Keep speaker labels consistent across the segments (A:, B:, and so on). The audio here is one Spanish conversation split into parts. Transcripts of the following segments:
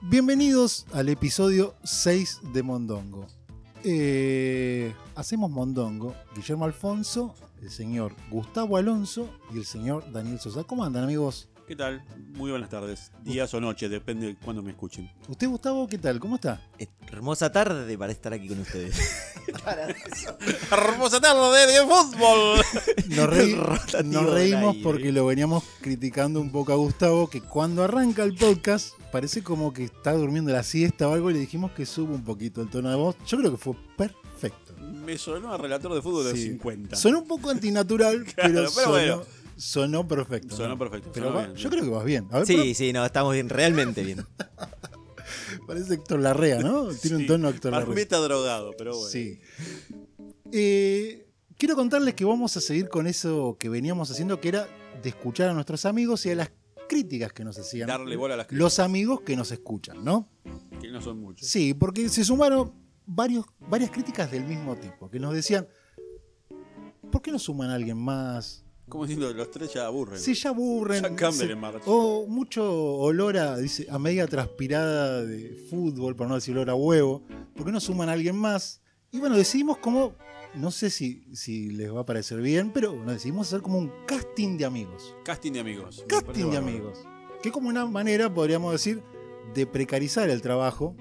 A: Bienvenidos al episodio 6 de Mondongo. Eh, hacemos Mondongo, Guillermo Alfonso, el señor Gustavo Alonso y el señor Daniel Sosa. ¿Cómo andan, amigos?
B: ¿Qué tal? Muy buenas tardes. Días o noches, depende de cuándo me escuchen.
A: ¿Usted, Gustavo, qué tal? ¿Cómo está?
C: Hermosa tarde para estar aquí con ustedes.
B: ¡Hermosa tarde de fútbol!
A: Nos, reí-
C: Rotativo
A: nos
C: del
A: reímos
C: aire.
A: porque lo veníamos criticando un poco a Gustavo, que cuando arranca el podcast parece como que está durmiendo la siesta o algo y le dijimos que suba un poquito el tono de voz. Yo creo que fue perfecto.
B: Me sonó a relator de fútbol
A: Sí.
B: de 50.
A: Sonó un poco antinatural, pero,
B: pero
A: sonó,
B: bueno.
A: sonó perfecto.
B: Sonó
A: ¿no?
B: perfecto,
A: Pero
B: sonó
A: va-
B: bien,
A: yo
B: bien.
A: creo que vas bien. A ver,
C: Sí, sí, no, estamos bien, realmente bien.
A: pero parece Héctor Larrea, ¿no? Tiene un
B: Sí.
A: tono Héctor
B: Para mí
A: Larrea.
B: está drogado, pero bueno.
A: Sí. Eh, quiero contarles que vamos a seguir con eso que veníamos haciendo, que era de escuchar a nuestros amigos y a las críticas que nos hacían.
B: Darle bola a las críticas,
A: los amigos que nos escuchan, ¿no?
B: que no son muchos.
A: Sí, porque se sumaron varios, varias críticas del mismo tipo, que nos decían, ¿por qué no suman a alguien más?
B: Como diciendo, los tres ya aburren.
A: Si ya aburren. Oh.
B: Ya cámbiale,
A: se-
B: March.
A: o mucho olor a, dice, a media transpirada de fútbol, por no decir olor a huevo, porque no suman a alguien más. Y bueno, decidimos como, no sé si, si les va a parecer bien, pero bueno, decidimos hacer como un casting de amigos.
B: Casting de amigos. Me parece
A: Casting de
B: bárbaro.
A: amigos. Que como una manera, podríamos decir, de precarizar el trabajo.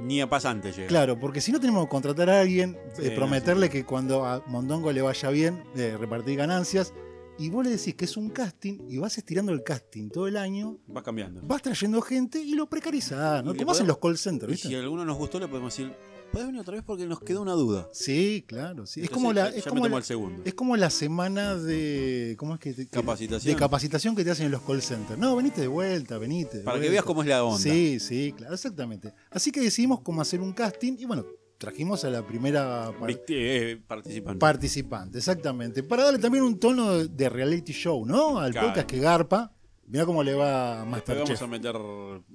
B: Ni a pasante llega.
A: Claro, porque si no tenemos que contratar a alguien,
B: Sí,
A: eh,
B: no,
A: prometerle
B: sí.
A: que cuando a Mondongo le vaya bien, eh, repartir ganancias. Y vos le decís que es un casting y vas estirando el casting todo el año
B: Va cambiando.
A: vas trayendo gente y lo precarizás, ¿no?
B: Y le
A: Como hacen
B: podemos-
A: los call centers,
B: Y si
A: ¿viste?
B: a alguno nos gustó, le podemos decir, ¿podés venir otra vez? Porque nos quedó una duda.
A: Sí, claro, sí. Es
B: Entonces,
A: como la,
B: ya
A: es como
B: metemos
A: la,
B: al segundo.
A: es como la semana de ¿cómo es que te- que-
B: Capacitación.
A: de capacitación que te hacen en los call centers. No, venite de vuelta, venite. de
B: Para que
A: vuelta.
B: veas cómo es la onda.
A: Sí, sí, claro, exactamente. Así que decidimos cómo hacer un casting y bueno, trajimos a la primera par-
B: Vic- eh, participante.
A: participante, exactamente, para darle también un tono de reality show, ¿no? Al
B: Claro.
A: podcast que garpa. Mirá cómo le va a
B: Después vamos
A: Masterchef.
B: a meter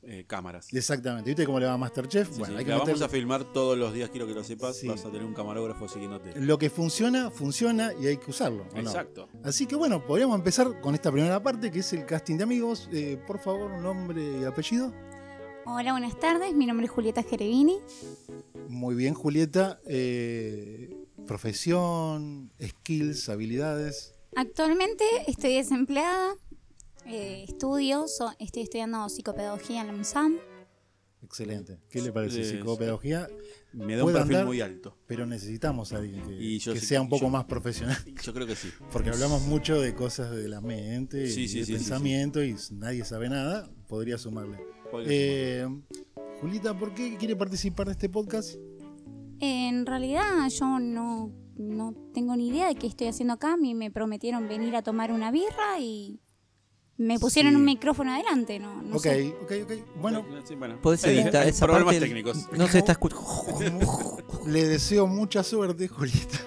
B: eh, cámaras.
A: Exactamente, ¿viste cómo le va a Masterchef?
B: Sí, sí,
A: hay que
B: la vamos
A: meterle-
B: a filmar todos los días, quiero que lo sepas.
A: Sí.
B: Vas a tener un camarógrafo siguiéndote.
A: Lo que funciona, funciona y hay que usarlo. ¿o no?
B: Exacto.
A: Así que bueno, podríamos empezar con esta primera parte que es el casting de amigos. Eh, por favor, nombre y apellido.
D: Hola, buenas tardes. Mi nombre es Julieta Gervini.
A: Muy bien, Julieta. Eh, profesión, skills, habilidades.
D: Actualmente estoy desempleada. eh, estudio, so- estoy estudiando psicopedagogía en la UNSAM.
A: Excelente. ¿Qué le parece?
B: Eh,
A: Psicopedagogía.
B: Me da un
A: Puede
B: perfil
A: andar.
B: muy alto.
A: Pero necesitamos a alguien que,
B: Y yo
A: que
B: sí-
A: sea un poco
B: yo-
A: más profesional.
B: Yo creo que sí.
A: Porque hablamos mucho de cosas de la mente
B: Sí,
A: y
B: sí,
A: de
B: sí, sí, sí.
A: pensamiento y nadie sabe nada. Podría sumarle.
B: Podría
A: Eh, Julita, ¿por qué quiere participar de este podcast?
D: En realidad yo no, no tengo ni idea de qué estoy haciendo acá. A mí me prometieron venir a tomar una birra y me pusieron
A: Sí.
D: un micrófono adelante. No, no
A: Ok,
D: sé.
A: ok, ok.
B: sumar.
A: Bueno,
B: Sí, bueno.
C: ¿Podés
B: Eh,
C: evitar
B: hay
C: esa
B: problemas
C: parte?
B: técnicos.
C: No se está escuchando.
A: le deseo mucha suerte, Julieta.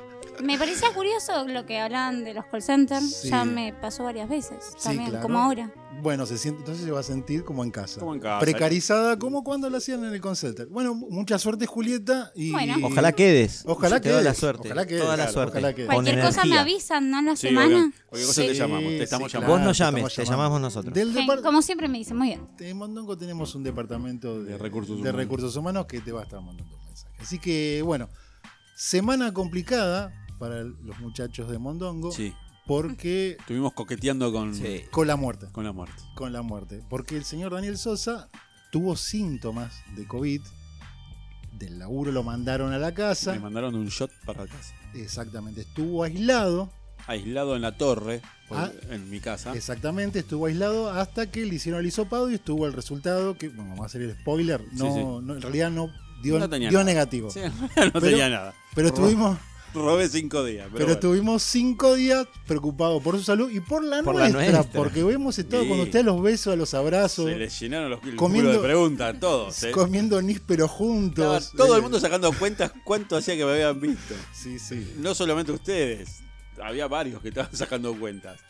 D: Me parecía curioso lo que hablaban de los call centers.
A: Sí.
D: Ya me pasó varias veces.
A: Sí,
D: También,
A: claro.
D: como ahora.
A: Bueno, se siente, entonces se va a sentir como en casa.
B: Como en casa.
A: Precarizada como cuando la hacían en el concert. Bueno, mu- mucha suerte, Julieta. Y
D: Bueno.
C: Ojalá quedes.
A: Ojalá
C: Te doy la
A: quedes,
C: suerte.
A: ojalá quedes,
C: toda la
A: claro,
C: suerte.
A: ojalá quedes.
C: Con
D: Cualquier cosa me
C: energía.
D: avisan, ¿no? En la
B: Sí,
D: semana.
B: obvio. Cualquier cosa te
A: Sí,
B: llamamos. Te estamos
A: sí,
B: llamando.
C: Vos
A: Claro,
C: no
A: te
C: llames,
A: estamos
C: te
A: llamando.
C: llamamos nosotros.
A: Del
D: Gen-
A: depart-
D: Como siempre me dicen, muy bien.
A: En Mondongo tenemos un departamento de,
B: De recursos
A: de
B: humanos.
A: recursos humanos que te va a estar mandando mensajes. Así que, bueno, semana complicada para el- los muchachos de Mondongo
B: Sí. Eh.
A: porque
B: Estuvimos coqueteando con,
C: Sí.
A: con la muerte.
B: con la muerte.
A: con la muerte. Porque el señor Daniel Sosa tuvo síntomas de COVID. Del laburo lo mandaron a la
B: Me
A: casa.
B: mandaron un shot para casa.
A: Exactamente. Estuvo aislado.
B: Aislado en la torre, por-
A: Ah.
B: en mi casa.
A: Exactamente. Estuvo aislado hasta que le hicieron el hisopado y estuvo el resultado. Que, bueno, va a ser el spoiler. No,
B: sí.
A: no, en realidad no dio,
B: No tenía
A: dio
B: nada.
A: negativo.
B: Sí, no tenía nada.
A: Pero
B: Ro-
A: estuvimos,
B: Robé cinco días. Pero,
A: pero
B: bueno.
A: estuvimos cinco días preocupados por su salud y por la,
C: Por la
A: nuestra,
C: nuestra.
A: Porque vemos estado
B: Sí.
A: cuando usted a los besos, a los abrazos,
B: Se les llenaron los el
A: Comiendo-
B: culo de preguntas a todos. eh.
A: comiendo nísperos
B: Estaba
A: juntos.
B: todo el
A: Eh,
B: mundo sacando cuentas cuánto hacía que me habían visto.
A: Sí, sí.
B: No solamente ustedes, había varios que estaban sacando cuentas.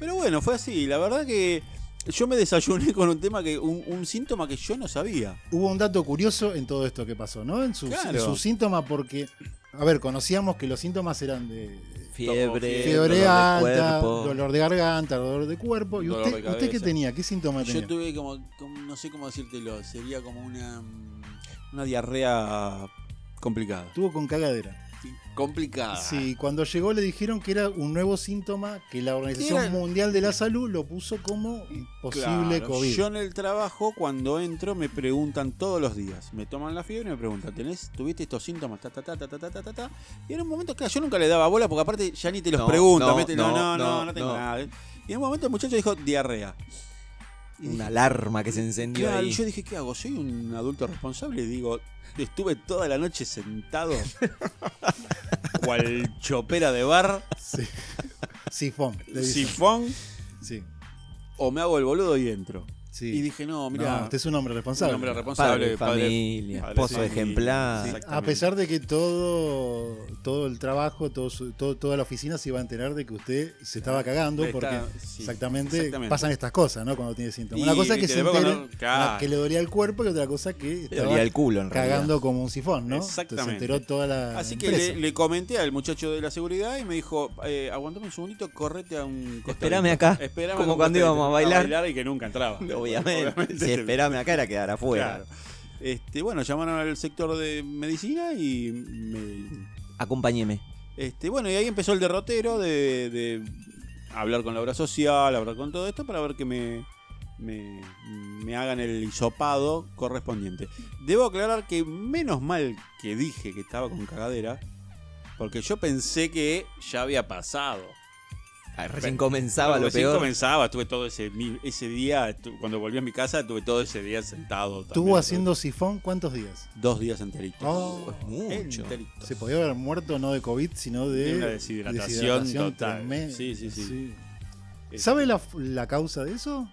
B: Pero bueno, fue así. La verdad que yo me desayuné con un tema que un, un síntoma que yo no sabía.
A: hubo un dato curioso en todo esto que pasó, ¿no? En su,
B: Claro. Eh,
A: en su síntoma, porque, a ver, conocíamos que los síntomas eran de
C: Fiebre,
A: Fiebre
C: dolor de
A: alta,
C: cuerpo.
A: dolor de garganta, dolor de cuerpo. ¿Y
B: Dolor
A: usted,
B: de
A: usted qué
B: cabeza.
A: tenía? ¿Qué síntoma tenía?
B: Yo tuve como, como- no sé cómo decírtelo, sería como una, mm, una diarrea complicada.
A: Estuvo con cagadera.
B: Complicada.
A: Sí, cuando llegó le dijeron que era un nuevo síntoma que la Organización
B: Era-
A: Mundial de la Salud lo puso como posible
B: Claro,
A: COVID.
B: Yo en el trabajo, cuando entro, me preguntan todos los días. Me toman la fiebre y me preguntan, ¿tenés, ¿tuviste estos síntomas? Ta, ta, ta, ta, ta, ta, ta, ta, ta. Y en un momento, claro, yo nunca le daba bola porque aparte ya ni te los
C: No,
B: pregunto.
C: no,
B: mete, No, no,
C: no,
B: no, no,
C: no,
B: tengo
C: no.
B: nada. Y en un momento el muchacho dijo diarrea. Y
C: Una
B: dije,
C: alarma que se encendió
B: claro,
C: ahí.
B: y yo dije, ¿qué hago? Soy un adulto responsable y digo, estuve toda la noche sentado, cual chopera de bar,
A: Sí. Sifón. le dicen.
B: sifón,
A: Sí.
B: o me hago el boludo y entro.
A: sí.
B: Y dije, no,
A: mira,
B: mira,
A: usted es un hombre responsable.
B: Un hombre
C: Padre,
B: responsable,
C: familia,
B: padre,
C: esposo
B: sí,
C: ejemplar.
A: a
B: exactamente.
A: pesar de que todo, todo el trabajo, todo, su- todo- toda la oficina se iba a enterar de que usted se estaba cagando
B: Está-
A: porque
B: sí,
A: exactamente,
B: exactamente.
A: pasan estas cosas, ¿no? Cuando tiene síntomas.
B: Y,
A: Una cosa es que
B: viste,
A: se
B: después
A: entere
B: cuando- claro.
A: la que le dolía el cuerpo y otra cosa que
C: Le dolía
A: estaba
C: el culo en realidad.
A: "Ah, cagando como un sifón, ¿no? Entonces Se
B: Exactamente.
A: enteró toda la
B: Así que
A: empresa.
B: le, le comenté al muchacho de la seguridad y me dijo, eh, aguantame un segundito, correte a un costadito.
C: Esperame acá,
B: Esperame
C: como
B: acá un
C: cuando
B: costadito".
C: íbamos a bailar.
B: y que nunca entraba.
C: Obviamente. Si
B: te-
C: esperame acá era quedar afuera.
B: claro. Este, bueno, llamaron al sector de medicina y me,
C: Acompáñeme.
B: Este, bueno, y ahí empezó el derrotero de, de hablar con la obra social, hablar con todo esto para ver que me, me, me hagan el hisopado correspondiente. Debo aclarar que menos mal que dije que estaba con cagadera, porque yo pensé que ya había pasado.
C: Ah, Recién comenzaba
B: Pero
C: lo
B: recién
C: peor.
B: comenzaba, estuve todo ese, mi- ese día, estu- cuando volví a mi casa, estuve todo ese día sentado. también,
A: Estuvo haciendo sifón cuántos días?
B: Dos días enteritos.
A: Oh,
C: mucho.
B: Enteritos.
A: se podía haber muerto no de COVID, sino de
B: De una deshidratación total.
A: tremenda.
B: Sí, sí, sí. Este-
A: ¿Sabe la, la causa de eso?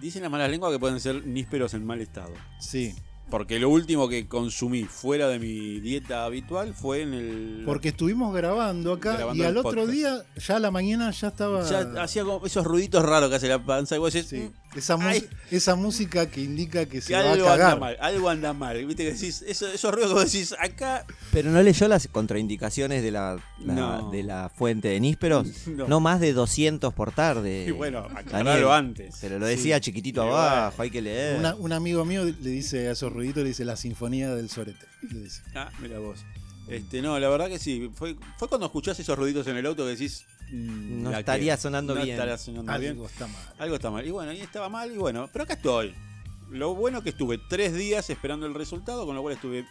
B: Dicen las malas lenguas que pueden ser nísperos en mal estado.
A: Sí.
B: Porque lo último que consumí fuera de mi dieta habitual fue en el.
A: Porque estuvimos grabando acá
B: Grabando
A: y al
B: el
A: otro
B: podcast.
A: día, ya a la mañana, ya estaba.
B: Ya hacía como esos ruiditos raros que hace la panza y vos decís.
A: Sí.
B: "Mm,
A: Esa, mu-
B: Ay.
A: esa música que indica que se
B: que
A: va a
B: algo anda
A: cagar.
B: mal, algo anda mal. Viste que decís, eso- esos ruidos que vos decís, acá.
C: Pero no leyó las contraindicaciones de la, la-
B: No.
C: de la fuente de nísperos.
B: No.
C: No. más de 200 por tarde.
B: Y bueno, aclaralo
C: Daniel.
B: antes.
C: Pero lo decía chiquitito
B: Y bueno.
C: abajo, hay que leer.
A: Una- un amigo mío le dice a esos ruiditos, le dice la sinfonía del sorete. le dice.
B: Ah, mira vos. Este, no, la verdad que sí. Fue, fue cuando escuchás esos ruiditos en el auto que decís. mm,
C: No
B: la que-
C: estaría sonando
B: no
C: bien.
B: estaría sonando bien.
A: Algo está mal.
B: Algo está mal. Y bueno, y estaba mal, y bueno, pero acá estoy. Lo bueno que estuve tres días esperando el resultado, con lo cual estuve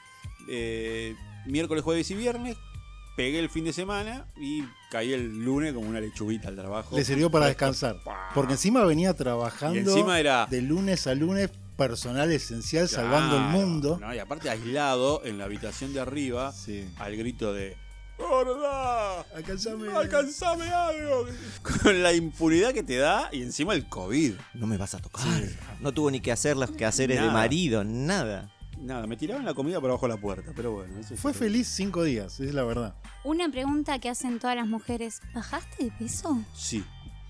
B: eh, miércoles, jueves y viernes. Pegué el fin de semana y caí el lunes como una lechuguita al trabajo.
A: Le sirvió para descansar. Porque encima venía trabajando
B: Y encima era-
A: de lunes a lunes, personal esencial, salvando el
B: Claro,
A: mundo.
B: ¿no? Y aparte aislado en la habitación de arriba,
A: Sí.
B: al grito de ¡Gorda!
A: Alcanzame.
B: ¡Alcanzame algo! Con la impunidad que te da y encima el COVID.
C: No me vas a tocar. No tuvo ni que hacer los quehaceres
B: Nada.
C: de marido, nada.
B: Nada, me tiraban la comida por abajo de la puerta, pero bueno. eso es
A: Fue
B: otro-
A: feliz cinco días, es la verdad.
D: Una pregunta que hacen todas las mujeres, ¿bajaste de peso?
B: Sí.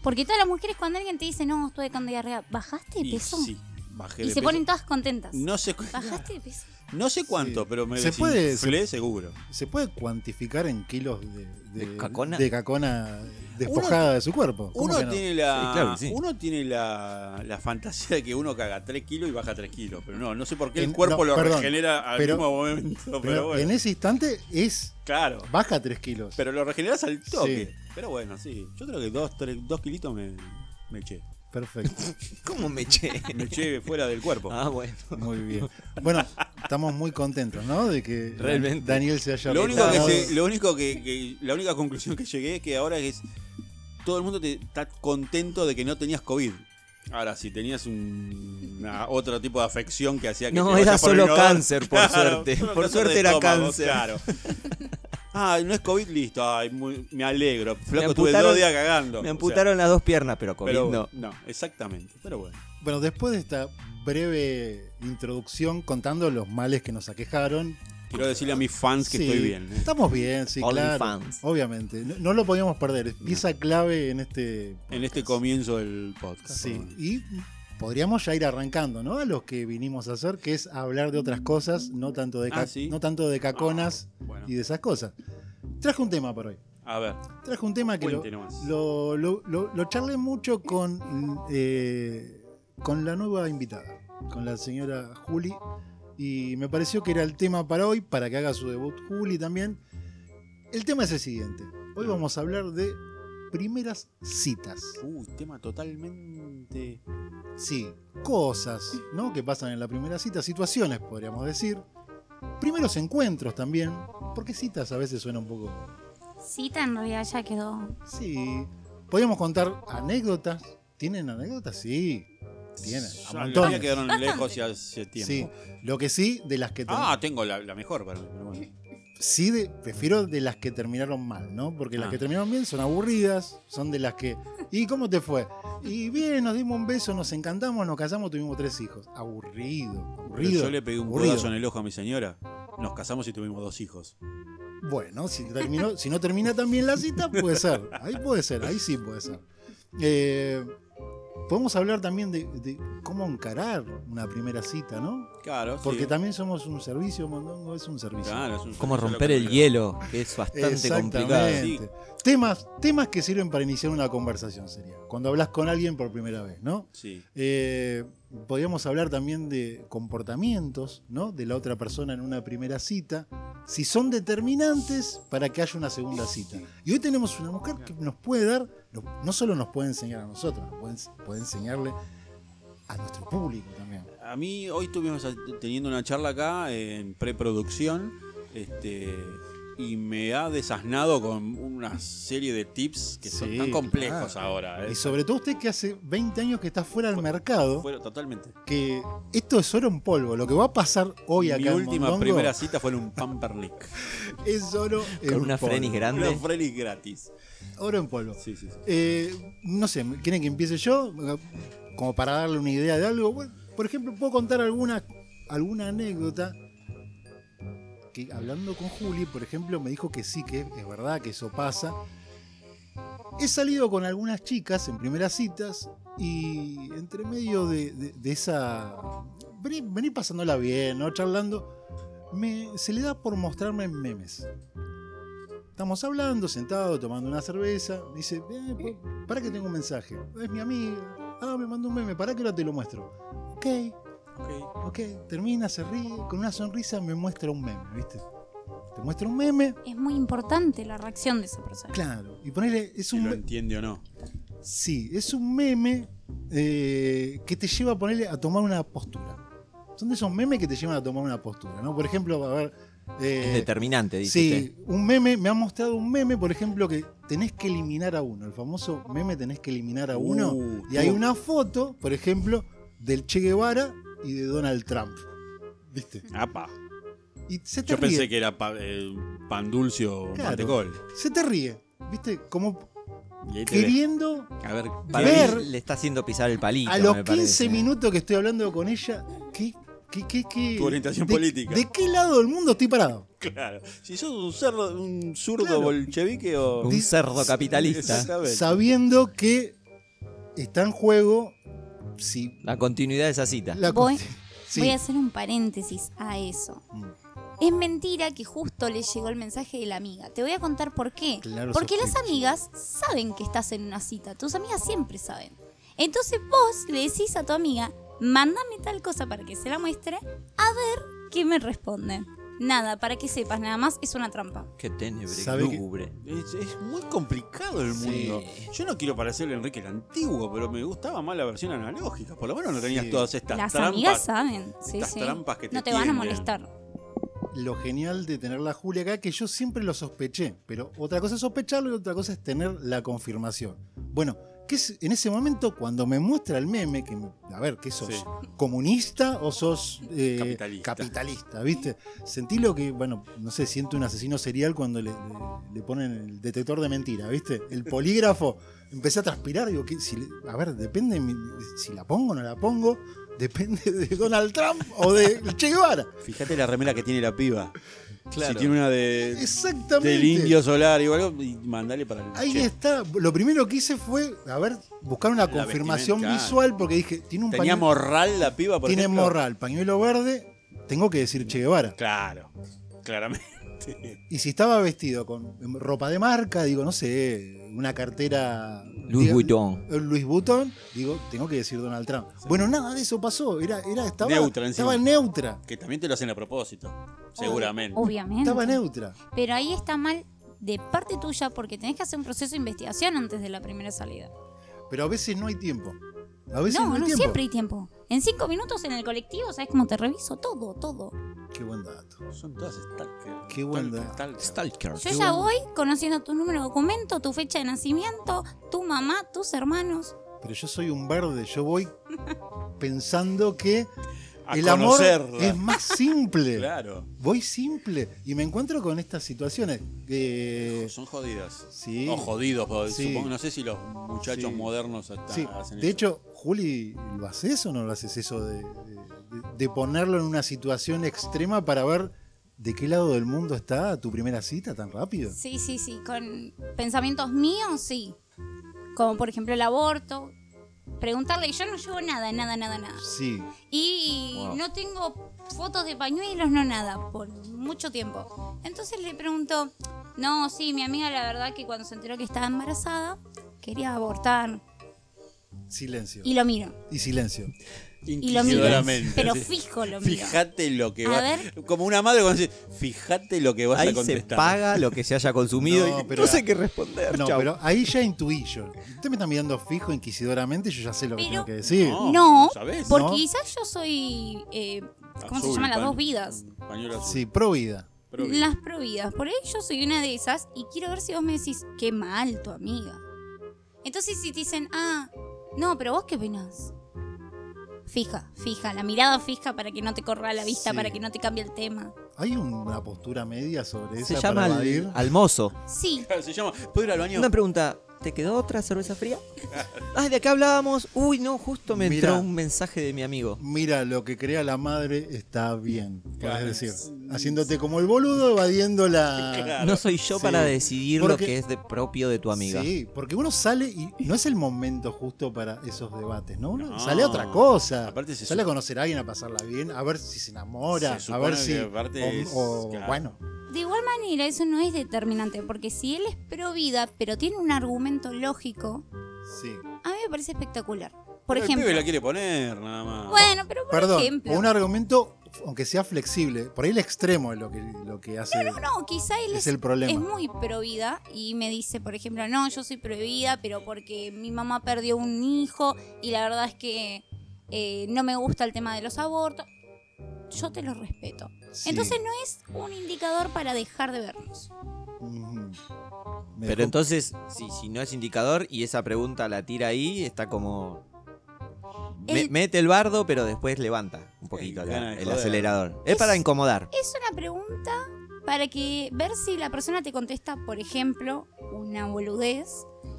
D: Porque todas las mujeres cuando alguien te dice, no, estuve con diarrea, ¿bajaste de
B: Y
D: peso?
B: sí, bajé
D: y
B: de
D: se
B: peso.
D: ponen todas contentas.
B: No sé, cu-
D: ¿Bajaste de peso?
B: no sé cuánto,
A: Sí.
B: pero me
A: Se puede-
B: desinflé seguro.
A: ¿Se puede cuantificar en kilos de, de,
C: ¿De cacona?
A: de cacona despojada de su cuerpo? ¿Cómo
B: Uno
A: que no?
B: tiene, la,
C: Sí, claro que sí.
B: uno tiene la, la fantasía de que uno caga 3 kilos y baja 3 kilos, pero no, no sé por qué el
A: En-
B: cuerpo
A: no,
B: lo
A: perdón,
B: regenera al
A: pero-
B: mismo momento. Pero,
A: Pero
B: bueno,
A: en ese instante es
B: claro,
A: baja 3 kilos.
B: eh. pero lo regeneras al toque.
A: Sí.
B: Pero bueno, sí, yo creo que 2 dos, kilitos me, me eché.
A: Perfecto,
C: ¿Cómo me eché?
B: Me eché fuera del cuerpo.
C: Ah, bueno.
A: muy bien. Bueno, estamos muy contentos, ¿no? De que
C: Realmente.
A: Daniel se haya
B: Lo único, que
A: recuperado.
B: se- lo único que, que- la única conclusión que llegué es que ahora es todo el mundo te- está contento de que no tenías COVID. Ahora, si tenías un, una- otro tipo de afección que hacía que
C: No,
B: te vayas
C: era
B: por el
C: solo
B: inodoro-
C: cáncer, por suerte.
B: solo
C: Por
B: cáncer
C: suerte
B: de
C: era
B: estómago,
C: cáncer.
B: Claro. Ah, no es COVID, listo. Ay, muy- me alegro. Flaco,
C: Me
B: estuve
C: amputaron-
B: dos días cagando.
C: Me
B: O sea,
C: amputaron las dos piernas, pero COVID
B: pero,
C: no.
B: no, exactamente. Pero bueno.
A: Bueno, después de esta breve introducción contando los males que nos aquejaron.
B: Quiero decirle a mis fans que
A: sí,
B: estoy bien. ¿eh?
A: Estamos bien, sí,
C: Only
A: claro.
C: fans.
A: Obviamente. No, no lo podíamos perder. Es pieza clave en este.
B: En este comienzo del podcast.
A: Sí. Y podríamos ya ir arrancando, ¿no? A lo que vinimos a hacer, que es hablar de otras cosas, no tanto de,
B: Ah,
A: ca-
B: sí.
A: no tanto de caconas
B: Ah, bueno.
A: y de esas cosas. Traje un tema para hoy.
B: A ver.
A: Traje un tema que lo,
B: Cuente nomás.
A: lo, lo- lo- lo charlé mucho con, eh, con la nueva invitada, con la señora Juli, y me pareció que era el tema para hoy, para que haga su debut Juli también. El tema es el siguiente. Hoy vamos a hablar de primeras citas.
B: Uy, tema totalmente.
A: Sí, cosas, ¿no? Que pasan en la primera cita, situaciones, podríamos decir. Primeros encuentros también, porque citas a veces suena un poco...
D: Cita en realidad ya quedó.
A: Sí. Podríamos contar anécdotas. ¿Tienen anécdotas? Sí. Tienen. A
B: Ya,
A: montones.
B: ya quedaron
D: Bastante.
B: lejos y hace tiempo.
A: Sí. Lo que sí, de las que ter-
B: Ah, tengo la, la mejor para mí, pero bueno.
A: sí de- prefiero de las que terminaron mal, ¿no? Porque las
B: Ah.
A: que terminaron bien son aburridas, son de las que. ¿Y cómo te fue? Y bien, nos dimos un beso, nos encantamos, nos casamos, tuvimos tres hijos. Aburrido,
B: Pero
A: aburrido.
B: yo le pegué un
A: aburrido.
B: codazo en el ojo a mi señora. Nos casamos y tuvimos dos hijos.
A: Bueno, si, terminó, si no termina también la cita, puede ser. Ahí puede ser, ahí sí puede ser. Eh, podemos hablar también de, de cómo encarar una primera cita, ¿no?
B: Claro, sí.
A: Porque también somos un servicio, Mondongo es un servicio.
B: Claro, es un-
C: Como
B: es lo
C: romper
B: que
C: el
B: creo.
C: hielo, que es bastante complicado.
A: Exactamente. Temas, temas que sirven para iniciar una conversación sería. Cuando hablas con alguien por primera vez, ¿no?
B: Sí.
A: Eh, podríamos hablar también de comportamientos ¿no? de la otra persona en una primera cita, si son determinantes para que haya una segunda cita. Y hoy tenemos una mujer que nos puede dar, no, no solo nos puede enseñar a nosotros, nos puede, ens- puede enseñarle a nuestro público también.
B: A mí hoy estuvimos a- teniendo una charla acá en preproducción este, y me ha desasnado con una serie de tips que son
A: Sí,
B: tan complejos
A: claro.
B: ahora. ¿eh?
A: Y sobre todo usted que hace 20 años que está fuera del mercado,
B: Fueron totalmente.
A: que esto es oro en polvo. Lo que va a pasar hoy acá
B: Mi
A: en
B: última
A: Mondongo
B: primera cita fue en un pampernick.
A: es oro en
C: Con una
A: polvo.
C: frenis
B: Una
C: grande.
B: Freddy gratis.
A: Oro en polvo.
B: Sí, sí, sí.
A: Eh, no sé, ¿quieren que empiece yo? Como para darle una idea de algo. Bueno, por ejemplo, puedo contar alguna, alguna anécdota que hablando con Juli, por ejemplo, me dijo que sí, que es verdad, que eso pasa. He salido con algunas chicas en primeras citas y entre medio de, de- de esa... Venir, venir pasándola bien, ¿no? Charlando. Me, se le da por mostrarme memes. Estamos hablando, sentados, tomando una cerveza. Me dice, "Eh, para que tengo un mensaje. Es mi amiga. Ah, me mandó un meme, para que ahora te lo muestro. Ok,
B: Ok.
A: ok. Termina, se ríe. Con una sonrisa me muestra un meme, ¿viste? Te muestra un meme.
D: Es muy importante la reacción de esa persona.
A: Claro. Y ponele, es
B: Si
A: un,
B: lo
A: me-
B: entiende o no.
A: Sí, es un meme eh, que te lleva a ponerle a tomar una postura. Son de esos memes que te llevan a tomar una postura, ¿no? Por ejemplo, a ver. eh,
C: Es determinante, dice
A: sí, un meme, me ha mostrado un meme, por ejemplo, que tenés que eliminar a uno. El famoso meme tenés que eliminar a uno.
B: Uh,
A: y hay
B: tú-
A: una foto, por ejemplo, del Che Guevara y de Donald Trump. ¿Viste?
B: Apa.
A: Y se te
B: Yo
A: ríe.
B: pensé que era pa- eh, pan dulce o
A: Claro.
B: mantecol.
A: Se te ríe. ¿Viste? Como
B: Y ahí te ve.
A: queriendo
B: A ver,
C: Para
B: ¿qué-
A: Ver-
C: mí le está haciendo pisar el palito.
A: A los
C: me
A: 15
C: parece.
A: minutos que estoy hablando con ella, ¿qué, qué, qué, qué-
B: Tu orientación
A: de-
B: política.
A: ¿De qué lado del mundo estoy parado?
B: Claro. Si sos un, cerdo, un zurdo
A: Claro.
B: bolchevique o.
C: Un cerdo capitalista.
B: Exactamente.
A: Sabiendo que está en juego si
C: La continuidad de esa cita.
A: la
D: Voy-
A: consti- sí.
D: Voy a hacer un paréntesis a eso.
A: Mm.
D: Es mentira que justo le llegó el mensaje de la amiga. Te voy a contar por qué.
A: Claro,
D: Porque
A: sos
D: las
A: creepy.
D: amigas saben que estás en una cita. Tus amigas siempre saben. Entonces vos le decís a tu amiga, mándame tal cosa para que se la muestre, a ver qué me responde. Nada, para que sepas, nada más es una trampa.
C: Qué
A: Sabe
C: tenebre,
A: que-
C: lúgubre.
B: Es, es muy complicado el mundo. Yo no quiero parecer el Enrique el Antiguo, pero me gustaba más la versión analógica. Por lo menos no tenías
A: Sí.
B: todas estas
D: Las
B: trampas.
D: amigas saben. Sí,
B: estas
D: sí.
B: trampas que te
D: no te van a
B: tienden.
D: molestar.
A: Lo genial de tener la Julia acá, que yo siempre lo sospeché, pero otra cosa es sospecharlo y otra cosa es tener la confirmación. Bueno, que es, en ese momento cuando me muestra el meme, que me- a ver, ¿qué sos?
B: Sí.
A: ¿Comunista o sos eh,
B: Capitalista.
A: capitalista. ¿Viste? Sentí lo que, bueno, no sé, siente un asesino serial cuando le, le- le ponen el detector de mentira, ¿viste? El polígrafo. Empecé a transpirar, digo, ¿qué? Si le- a ver, depende de mi- si la pongo o no la pongo, depende de Donald Trump o de Che Guevara.
B: Fíjate la remera que tiene la piba.
C: Claro.
B: Si tiene una de,
A: Exactamente.
B: del indio solar y algo, y mandale para el.
A: Ahí
B: che.
A: está. Lo primero que hice fue, a ver, buscar una
B: La
A: confirmación
B: vestimenta.
A: visual porque dije, tiene un
B: ¿Tenía
A: pañuelo.
B: morral la piba? Por
A: Tiene
B: ejemplo?
A: morral, pañuelo verde. Tengo que decir Che Guevara.
B: Claro. Claramente.
A: Y si estaba vestido con ropa de marca, digo, no sé, una cartera.
C: Louis
A: diga-
C: Vuitton.
A: eh, Louis Vuitton, digo, tengo que decir Donald Trump. Bueno, nada de eso pasó. Era, era, estaba
B: Neutra encima.
A: Estaba neutra.
B: Que también te lo hacen a propósito, seguramente.
D: Obviamente.
A: Estaba neutra.
D: Pero ahí está mal de parte tuya porque tenés que hacer un proceso de investigación antes de la primera salida.
A: Pero a veces no hay tiempo. A veces Pues no,
D: No,
A: hay
D: no
A: tiempo.
D: siempre hay tiempo. En cinco minutos en el colectivo, ¿sabes cómo te reviso? Todo, todo.
A: Qué buen dato.
B: Son todas stalkers.
A: Qué buen dato.
B: Stalker, stalker.
C: Stalker.
D: Yo ya voy conociendo tu número de documento, tu fecha de nacimiento, tu mamá, tus hermanos.
A: Pero yo soy un verde. Yo voy pensando que
B: A
A: el amor
B: conocerla.
A: es más simple.
B: Claro.
A: Voy simple. Y me encuentro con estas situaciones. Eh,
B: Son jodidas.
A: Sí.
B: O jodidos, o
A: Sí.
B: supongo. No sé si los muchachos
A: Sí.
B: modernos hasta
A: Sí,
B: hacen
A: de
B: eso.
A: hecho, Juli, ¿lo haces o no lo haces eso de, de- de- de ponerlo en una situación extrema para ver de qué lado del mundo está tu primera cita tan rápido?
D: Sí, sí, sí. Con pensamientos míos, sí. Como por ejemplo el aborto. Preguntarle, yo no llevo nada, nada, nada, nada.
A: Sí,
D: Y
C: Wow.
D: no tengo fotos de pañuelos, no nada, por mucho tiempo. Entonces le pregunto, no, sí, mi amiga la verdad que cuando se enteró que estaba embarazada, quería abortar.
A: silencio.
D: Y lo miro,
A: Y silencio.
D: y lo miro.
B: Inquisidoramente,
D: Pero
B: sí.
D: fijo lo miro.
B: Fíjate lo que
D: A
B: va.
D: ver.
B: Como una madre cuando dice, fíjate lo que vas a
C: Ahí se
B: contestar.
C: paga lo que se haya consumido
A: No,
C: y
A: pero-
C: no sé qué responder.
A: No,
C: chau.
A: pero ahí ya intuí yo. Usted me está mirando fijo inquisidoramente, yo ya sé lo que
D: Pero-
A: tengo que decir.
B: No.
D: No,
B: ¿sabés?
D: porque
A: No.
D: quizás yo soy, eh, ¿cómo
B: Azul,
D: se llaman las
B: pan-
D: dos vidas?
B: Pañuelo azul.
A: Sí, pro vida.
B: Pero bien.
D: Las prohibidas. Por ahí yo soy una de esas y quiero ver si vos me decís, qué mal tu amiga. Entonces si te dicen, ah, no, pero vos qué opinás. Fija, fija, la mirada fija para que no te corra la vista,
A: Sí.
D: para que no te cambie el tema.
A: ¿Hay una postura media sobre
C: se
A: esa
C: llama
A: para
C: al,
A: evadir?
C: al mozo.
D: Sí,
B: Se llama, ¿puedo ir al baño?
C: Una pregunta, ¿te quedó otra cerveza fría? Ay, de acá hablábamos. Uy, no, justo me
A: Mira.
C: entró un mensaje de mi amigo.
A: Mira, lo que crea la madre está bien.
B: Claro.
A: Es decir, haciéndote como el boludo, evadiendo la...
B: Claro.
C: No soy yo
A: Sí.
C: para decidir
A: Porque-
C: lo que es de propio de tu amiga.
A: Sí, porque uno sale y no es el momento justo para esos debates, ¿no? Uno
B: No.
A: sale a otra cosa.
B: Aparte se
A: sale a
B: sup-
A: conocer a alguien, a pasarla bien, a ver si se enamora,
B: Se
A: a ver
B: supone
A: si.
B: que aparte es-
A: o, o-
B: claro.
A: bueno,
D: de igual manera eso no es determinante, porque si él es provida, pero tiene un argumento lógico,
A: sí.
D: a mí me parece espectacular. Por
B: Pero El
D: ejemplo,
B: pibe la quiere poner, nada más.
D: bueno, pero por
A: Perdón,
D: ejemplo,
A: o un argumento, aunque sea flexible, por ahí el extremo es lo que, lo que hace.
D: No, quizá él
A: Es
D: es,
A: el problema.
D: es muy prohibida y me dice, por ejemplo, no, yo soy prohibida, pero porque mi mamá perdió un hijo y la verdad es que eh, no me gusta el tema de los abortos. Yo te lo respeto.
A: Sí.
D: Entonces no es un indicador para dejar de vernos.
A: Ujú. Me
C: Pero
A: dejó-
C: entonces, si, si no es indicador y esa pregunta la tira ahí, está como. Me-
D: El-
C: mete el bardo, pero después levanta un poquito
B: Ey,
C: la-
B: gana de
C: el
B: joder.
C: acelerador. Es para incomodar.
D: Es una pregunta para que ver si la persona te contesta, por ejemplo, una boludez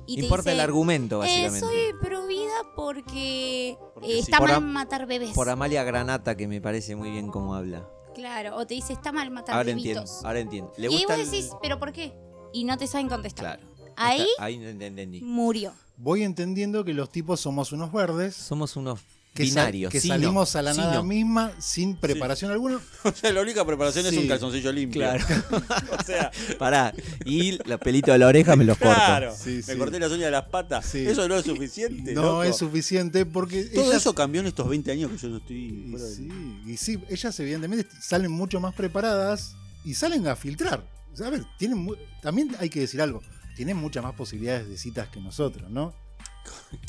D: y te
C: Importa
D: dice,
C: el argumento,
D: "Eh,
C: básicamente.
D: soy prohibida porque,
B: Porque
D: eh,
B: sí.
D: está
C: Por
D: mal
C: am-
D: matar bebés.
C: Por Amalia Granata, que me parece muy bien cómo habla.
D: Claro, o te dice está mal matar
C: Ahora entiendo,
D: bebitos.
C: ahora entiendo. Le
D: Y ahí
C: gusta
D: vos
C: el-
D: decís, ¿pero por qué? Y no te saben contestar.
C: Claro.
D: Ahí Mm.
C: Está- ahí no entendí.
D: murió.
A: Voy entendiendo que los tipos somos unos verdes.
C: Somos unos
A: Que, sal-
C: binarios.
A: que
C: sí, no,
A: salimos a la
C: sí,
A: nada
C: no.
A: misma sin preparación alguna.
B: O sea, la única preparación es
A: Sí.
B: un calzoncillo limpio.
C: Claro.
B: O sea,
C: Pará. Y los pelitos de la oreja me los
B: claro.
A: Sí,
B: me
A: sí.
B: corté las uñas de las patas.
A: Sí.
B: Eso no es suficiente.
A: No
B: loco.
A: es suficiente porque
B: Todo
A: ellas-
B: eso cambió en estos 20 años que yo no estoy.
A: Y
B: fuera de-
A: sí, y sí, ellas evidentemente salen mucho más preparadas y salen a filtrar. O sea, A ver, tienen mu- también hay que decir algo, tienen muchas más posibilidades de citas que nosotros, ¿no?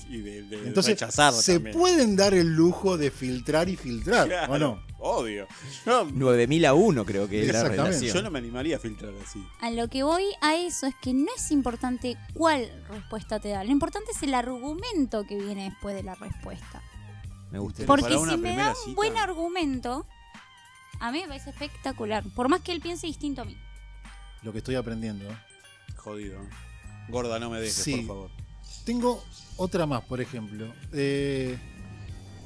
B: Y de, de
A: Entonces,
B: rechazar
A: se
B: también.
A: pueden dar el lujo de filtrar y filtrar,
B: Claro,
A: ¿o no?
B: Obvio. No,
C: 9000 a 1 creo que es la
A: Exactamente.
C: relación.
B: yo no me animaría a filtrar así.
D: A lo que voy a eso es que no es importante cuál respuesta te da. Lo importante es el argumento que viene después de la respuesta.
C: Me gusta.
A: Pero
D: Porque
B: para una
D: si me
B: primera
D: da un
B: cita-
D: buen argumento, a mí me parece espectacular. Por más que él piense distinto a mí.
A: Lo que estoy aprendiendo. ¿eh?
B: Jodido. Gorda, no me dejes,
A: Sí.
B: por favor.
A: Tengo otra más, por ejemplo. Eh,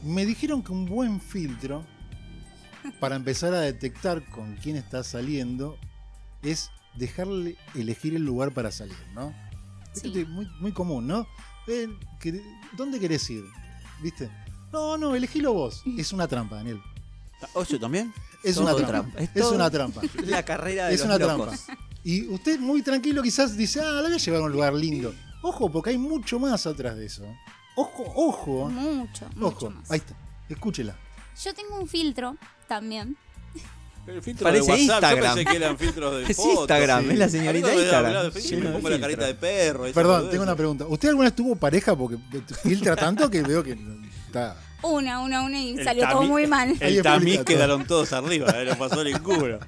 A: me dijeron que un buen filtro para empezar a detectar con quién estás saliendo es dejarle elegir el lugar para salir, ¿no? Esto
D: Sí.
A: es muy, muy común, ¿no? Eh, que- ¿Dónde querés ir? ¿Viste? No, no, elegilo vos. Es una trampa, Daniel.
C: Ah,
B: ¿Ocho también?
A: Es
C: todo
A: una trampa.
C: trampa. Es
A: Es
C: todo-
A: una trampa.
C: La carrera de
A: Es
C: los
A: una trampa.
C: locos.
A: Y usted muy tranquilo quizás dice, ah, la voy a llevar a un lugar lindo. Ojo, porque hay mucho más atrás de eso. Ojo, ojo.
D: Mucho, mucho
A: Ojo.
D: más.
A: Ahí está. Escúchela.
D: Yo tengo un filtro también.
B: El filtro
C: Parece
B: de WhatsApp, yo
C: Instagram.
B: pensé que eran filtros de
C: Es
B: fotos.
C: Instagram, es la señorita
B: A mí cuando me
C: Instagram.
B: habla de Facebook
C: Lleno
B: me
C: de
B: pongo la
C: filtro.
B: carita de perro. esas
A: Perdón,
B: boludeces.
A: tengo una pregunta. ¿Usted alguna vez tuvo pareja? Porque filtra tanto que veo que está...
D: Una, una, una y
B: El
D: salió todo
B: tamiz-
D: muy mal.
A: Ahí
B: El tamiz
A: explica todo.
B: quedaron todos arriba, eh, lo pasó el culo.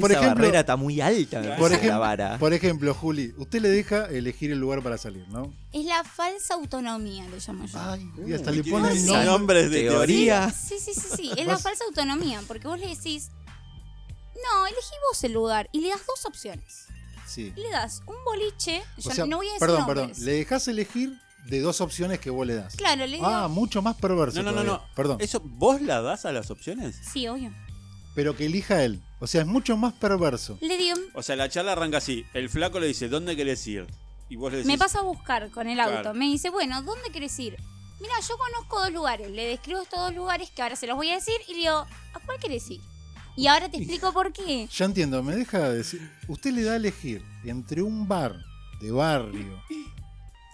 A: Por
C: Esa
A: ejemplo-
C: barrera está muy alta, me
A: Por,
C: parece,
A: ejem-
C: la vara.
A: por ejemplo, Juli, usted le deja elegir el lugar para salir, ¿no?
D: Es la falsa autonomía, le llamo yo.
A: Ay, y hasta le
B: Tiene
A: pone el
B: esos
A: nombre.
B: nombres de teoría.
C: Teoría.
D: Sí, sí, sí, sí. Es la falsa autonomía, porque vos le decís, no, elegí vos el lugar y le das dos opciones.
A: Sí.
D: Le das un boliche,
A: O
D: yo
A: sea,
D: no voy a decir
A: perdón, perdón.
D: nombres.
A: Le dejas elegir de dos opciones que vos le das.
D: Claro, le digo,
A: Ah, mucho más perverso.
B: No, no, no,
A: todavía.
B: no.
A: Perdón.
B: ¿Eso vos la das a las opciones?
D: sí, obvio.
A: Pero que elija él. O sea, es mucho más perverso.
D: Le digo,
B: O sea, la charla arranca así. El flaco le dice, ¿dónde querés ir? Y vos le decís,
D: me pasa a buscar con el auto.
B: Claro.
D: Me dice, bueno, ¿dónde querés ir? Mira, yo conozco dos lugares. Le describo estos dos lugares que ahora se los voy a decir y le digo, ¿a cuál querés ir? Y ahora te explico por qué.
A: Ya entiendo, me deja decir. Usted le da a elegir entre un bar de barrio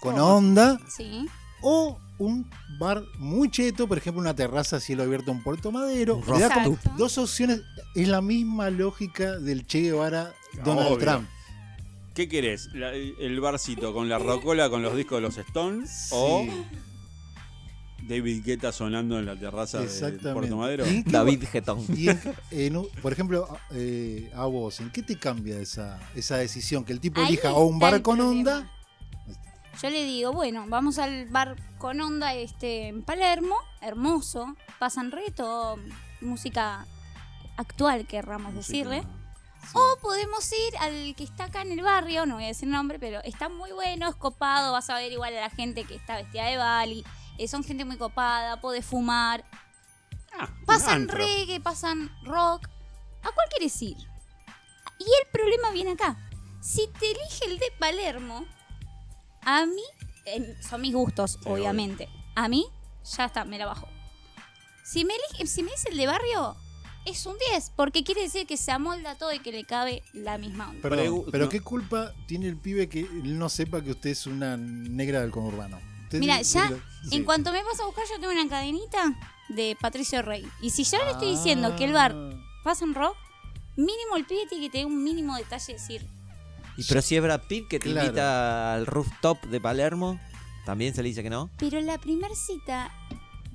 A: con
B: No.
A: onda
D: Sí.
A: o un bar muy cheto, por ejemplo, una terraza a cielo abierto en Puerto Madero. Le da como
D: Exacto.
A: Dos opciones, es la misma lógica del Che Guevara Donald
B: Obvio.
A: Trump.
B: ¿qué querés? La- ¿El barcito con la rocola con los discos de los Stones? ¿O David Guetta sonando en la terraza de Puerto Madero?
A: ¿Y en qué-
C: David Getón.
A: y en- en un- por ejemplo, a- eh, a vos, ¿en qué te cambia esa, esa decisión? Que el tipo
D: Ahí
A: elija o un
D: está
A: bar
D: el
A: con
D: problema.
A: onda. Ahí está.
D: Yo le digo, bueno, vamos al bar con onda este en Palermo, hermoso, pasan reto, música actual querramos decirle. O podemos ir al que está acá en el barrio, no voy a decir nombre, pero está muy bueno, es copado, vas a ver igual a la gente que está vestida de Bali, eh, son gente muy copada, podés fumar,
B: Ah, un
D: pasan
B: antro.
D: reggae, pasan rock. ¿A cuál quieres ir? Y el problema viene acá. Si te elige el de Palermo, a mí, eh, son mis gustos, obviamente. A mí, ya está, me la bajo. Si me, elige, si me dice el de barrio, es un 10, porque quiere decir que se amolda todo y que le cabe la misma onda.
A: Perdón,
B: Pregu-
A: pero
B: no.
A: ¿qué culpa tiene el pibe que él no sepa que usted es una negra del conurbano? Usted
D: Mira,
A: dice-
D: ya,
A: sí.
D: en cuanto me vas a buscar, yo tengo una cadenita de Patricio Rey. Y si yo le estoy diciendo
A: Ah.
D: que el bar pasa en rock, mínimo el pibe tiene que tener un mínimo detalle de decir,
C: Y pero si es Brad Pitt que te
A: Claro.
C: invita al rooftop de Palermo, también se le dice que no.
D: pero en la primera cita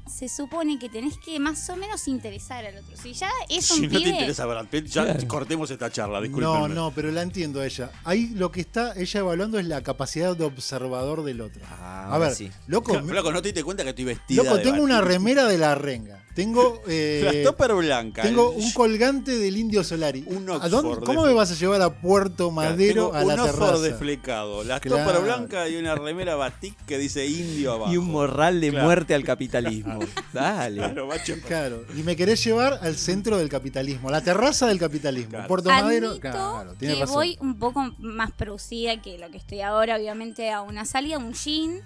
D: se supone que tenés que más o menos interesar al otro. Si ya es un
B: Si no te
D: pibe,
B: interesa Brad Pitt, ya cortemos esta charla,
A: No,
B: discúlpenme.
A: no, pero la entiendo a ella. Ahí lo que está ella evaluando es la capacidad de observador del otro.
C: Ah,
A: a
C: ahora
A: ver,
C: sí.
A: loco,
B: Claro,
A: me-
B: Flaco, no te diste cuenta que estoy vestida
A: loco
B: de
A: tengo
B: Brad
A: una
B: Pitt.
A: remera de la renga. Tengo eh,
B: La topper blanca.
A: tengo
B: el-
A: un colgante del Indio Solari.
B: Un
A: ¿A
B: Oxford
A: dónde- ¿Cómo
B: de-
A: me vas a llevar a Puerto Madero
B: Tengo
A: a la
B: un ojo
A: terraza?
B: desflecado, la
A: Claro.
B: topper blanca y una remera batik que dice indio abajo.
C: Y un morral de
B: Claro.
C: muerte al capitalismo. Dale.
B: Claro, macho.
A: Claro, y me querés llevar al centro del capitalismo, a la terraza del capitalismo.
B: Claro.
A: Puerto Madero,
D: admito
A: claro, tiene
D: que
A: razón.
D: voy un poco más producida que lo que estoy ahora, obviamente a una salida, un jean,